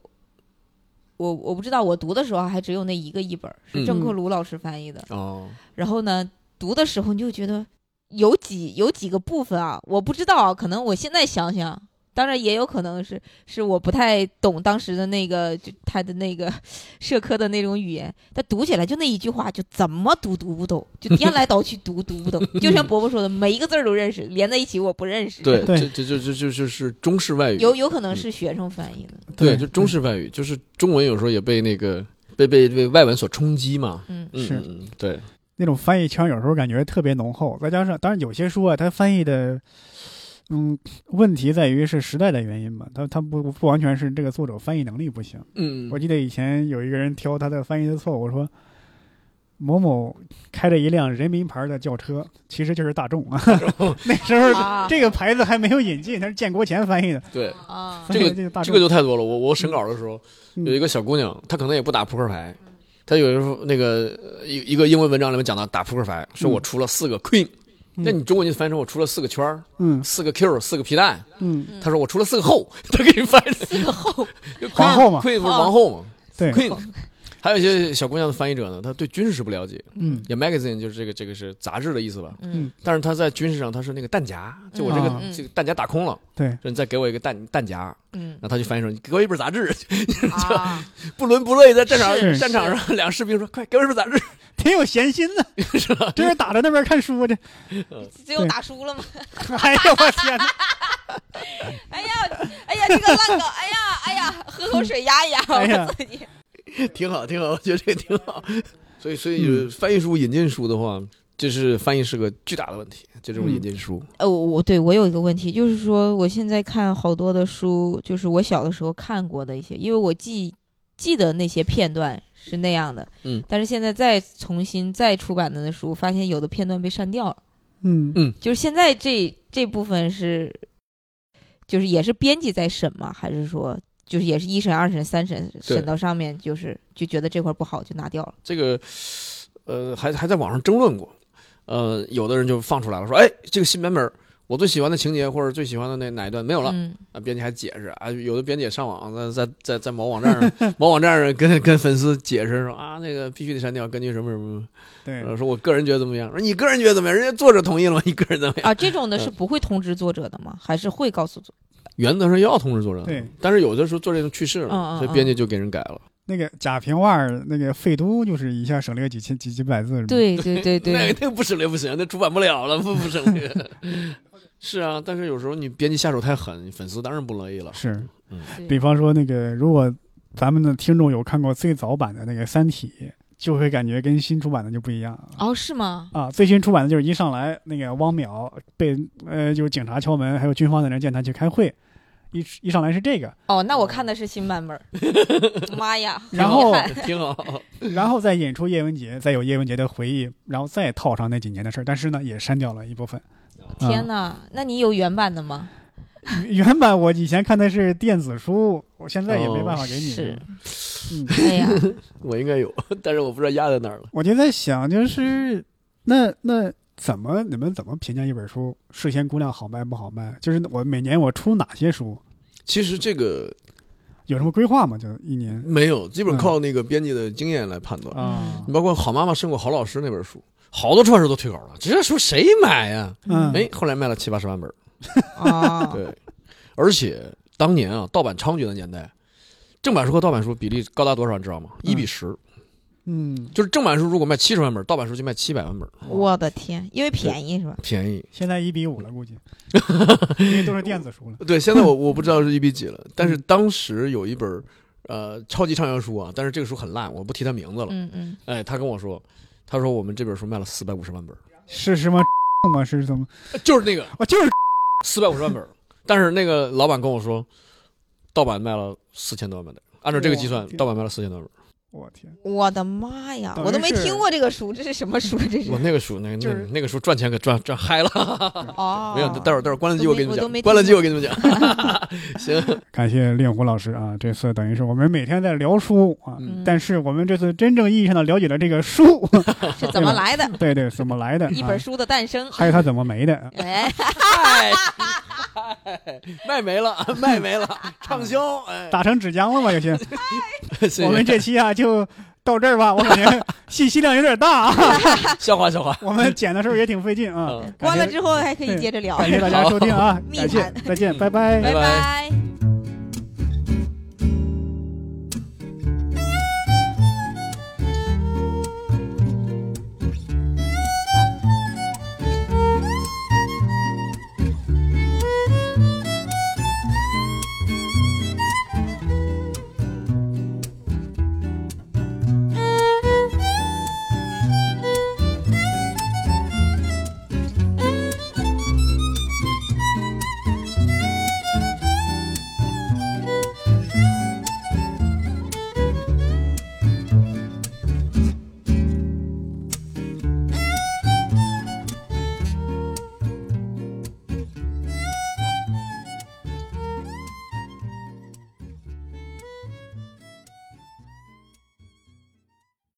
我我不知道，我读的时候还只有那一个译本，是郑克嗯鲁老师翻译的。哦，然后呢，读的时候你就觉得有几有几个部分啊，我不知道，可能我现在想想，当然也有可能是是我不太懂当时的那个就他的那个社科的那种语言，但读起来就那一句话就怎么读读不懂，就颠来倒去读读 不懂，就像伯伯说的，每一个字儿都认识，连在一起我不认识。对，对这这这这这就是中式外语，有有可能是学生翻译的，对，就中式外语，就是中文有时候也被那个被被被外文所冲击嘛。嗯，嗯是嗯，嗯对，那种翻译腔，有时候感觉特别浓厚。再加上，当然有些书啊，它翻译的，嗯，问题在于是时代的原因吧，它它不不完全是这个作者翻译能力不行。嗯我记得以前有一个人挑他的翻译的错误，说某某开着一辆人民牌的轿车，其实就是大众 啊。那时嗯候啊这个牌子还没有引进，它是建国前翻译的。对，啊， 这个翻译的大众这个就太多了。我我审稿的时候，嗯有一个小姑娘，她可能也不打扑克牌，她有时候那个呃一一个英文文章里面讲到打扑克牌，说我出了四个 queen，嗯那你中文就翻译成我出了四个圈儿嗯四个 q，四个皮带。嗯，嗯她说我出了四个后， 她给你翻译成四个后皇后嘛 queen 不是王后嘛对， ，queen。还有一些小姑娘的翻译者呢，她对军事不了解，嗯也 magazine 就是这个这个是杂志的意思吧？嗯但是他在军事上他是那个弹夹，就我这个、嗯这个弹夹打空了，对，说你再给我一个弹弹夹， 嗯然后他就翻译成你给我一本杂志， 啊，不伦不类，在战场是战场上两个士兵说快给我一本杂志， 挺有闲心的，这是打着那边看书这，最后打输了吗？哎呀我天哪！哎呀，哎呀，这个 烂梗，哎呀，哎呀，喝口水压一 压，哎呀我自己。挺好挺好，我觉得这个挺好。所以所以、呃嗯翻译书引进书的话，这是翻译是个巨大的问题，就这种引进书，呃，我我对我有一个问题，就是说我现在看好多的书，就是我小的时候看过的一些，因为我记记得那些片段是那样的，嗯，但是现在再重新再出版的那书，发现有的片段被删掉了，嗯就是现在这这部分是，就是也是编辑在审吗？还是说？就是也是一审、二审、三审对审到上面，就是就觉得这块不好就拿掉了。这个呃还还在网上争论过，呃有的人就放出来了说哎这个新版本。我最喜欢的情节或者最喜欢的那哪一段没有了，嗯，啊，编辑还解释啊，有的编辑也上网，在在在在某网站上，某网站上跟跟粉丝解释说啊，那个必须得删掉，根据什么什么，对呃，说我个人觉得怎么样，说你个人觉得怎么样，人家作者同意了吗？你个人怎么 样？啊，这种的是不会通知作者的吗？还是会告诉作原则上要通知作者的，对但是有的时候作者已经去世了，嗯嗯所以编辑就给人改了。那个贾平凹儿那个废都就是一下省略几千几几百字，是吧，对对对对，那个那个不省略不行，那出版不了了，不不省略。 是啊，但是有时候你编辑下手太狠，粉丝当然不乐意了。是。对比方说那个，如果咱们的听众有看过最早版的那个《三体》，就会感觉跟新出版的就不一样啊。哦，是吗？啊，最新出版的就是一上来那个汪淼被呃，就是警察敲门，还有军方的人见他去开会，一一上来是这个，哦，那我看的是新版本儿。妈呀，很嗯然后遗憾挺好，然后再引出叶文洁，再有叶文洁的回忆，然后再套上那几年的事儿，但是呢，也删掉了一部分。啊哦天哪，那你有原版的吗？原版我以前看的是电子书，我现在也没办法啊给你。哦是，嗯，哎呀，我应该有，但是我不知道压在哪儿了。我就在想，就是那那怎么你们怎么评价一本书《睡仙姑娘》好卖不好卖？就是我每年我出哪些书，其实这个有什么规划吗？就一年没有，基本嗯靠那个编辑的经验来判断。啊你，嗯包括《好妈妈胜过好老师》那本书，好多出版社都退稿了，这书谁买呀？嗯哎，后来卖了七八十万本儿。啊，对，而且当年啊，盗版猖獗的年代，正版书和盗版书比例高达多少？你知道吗？一比十、嗯，就是正版书如果卖七十万本儿，盗版书就卖七百万本儿，我的天，因为便宜是吧？便宜。现在一比五了，估 计，因为都是电子书了。对，现在我我不知 道是一比几了，但是当时有一本儿呃超级畅销书啊，但是这个书很烂，我不提它名字了。嗯嗯，哎，他跟我说，他说我们这本书卖了四百五十万本儿，是什么 吗？是怎么？就是那个我就是 四百五十万本儿，但是那个老板跟我说，盗版卖了四千多万本儿，按照这个计算哇，盗版卖了四千多万本儿。我天，我的妈呀，等于我都没是听过这个书，这是什么书？啊这是 我那个书，那个就那个是那个书赚钱可赚赚嗨了，哦，没有，待会儿待会儿关了机我我没跟你我都没讲，关了听机我跟你们讲，行，感谢令狐老师啊！这次等于是我们每天在聊书啊，嗯但是我们这次真正意义上的了解了这个 书，是怎么来的？对对，怎么来的，一本啊，书的诞生，还有它怎么没的。哎，嗨，嗨卖没了，卖没了，畅销，哎，打成纸浆了吗？有 些，行我们这期啊就到这儿吧。我感 觉信息量有点大啊，消化消化，我们剪的时候也挺费劲啊。嗯。感关谢了之后还可以接着聊，感谢大家收听啊，感谢，再见，拜拜拜拜拜。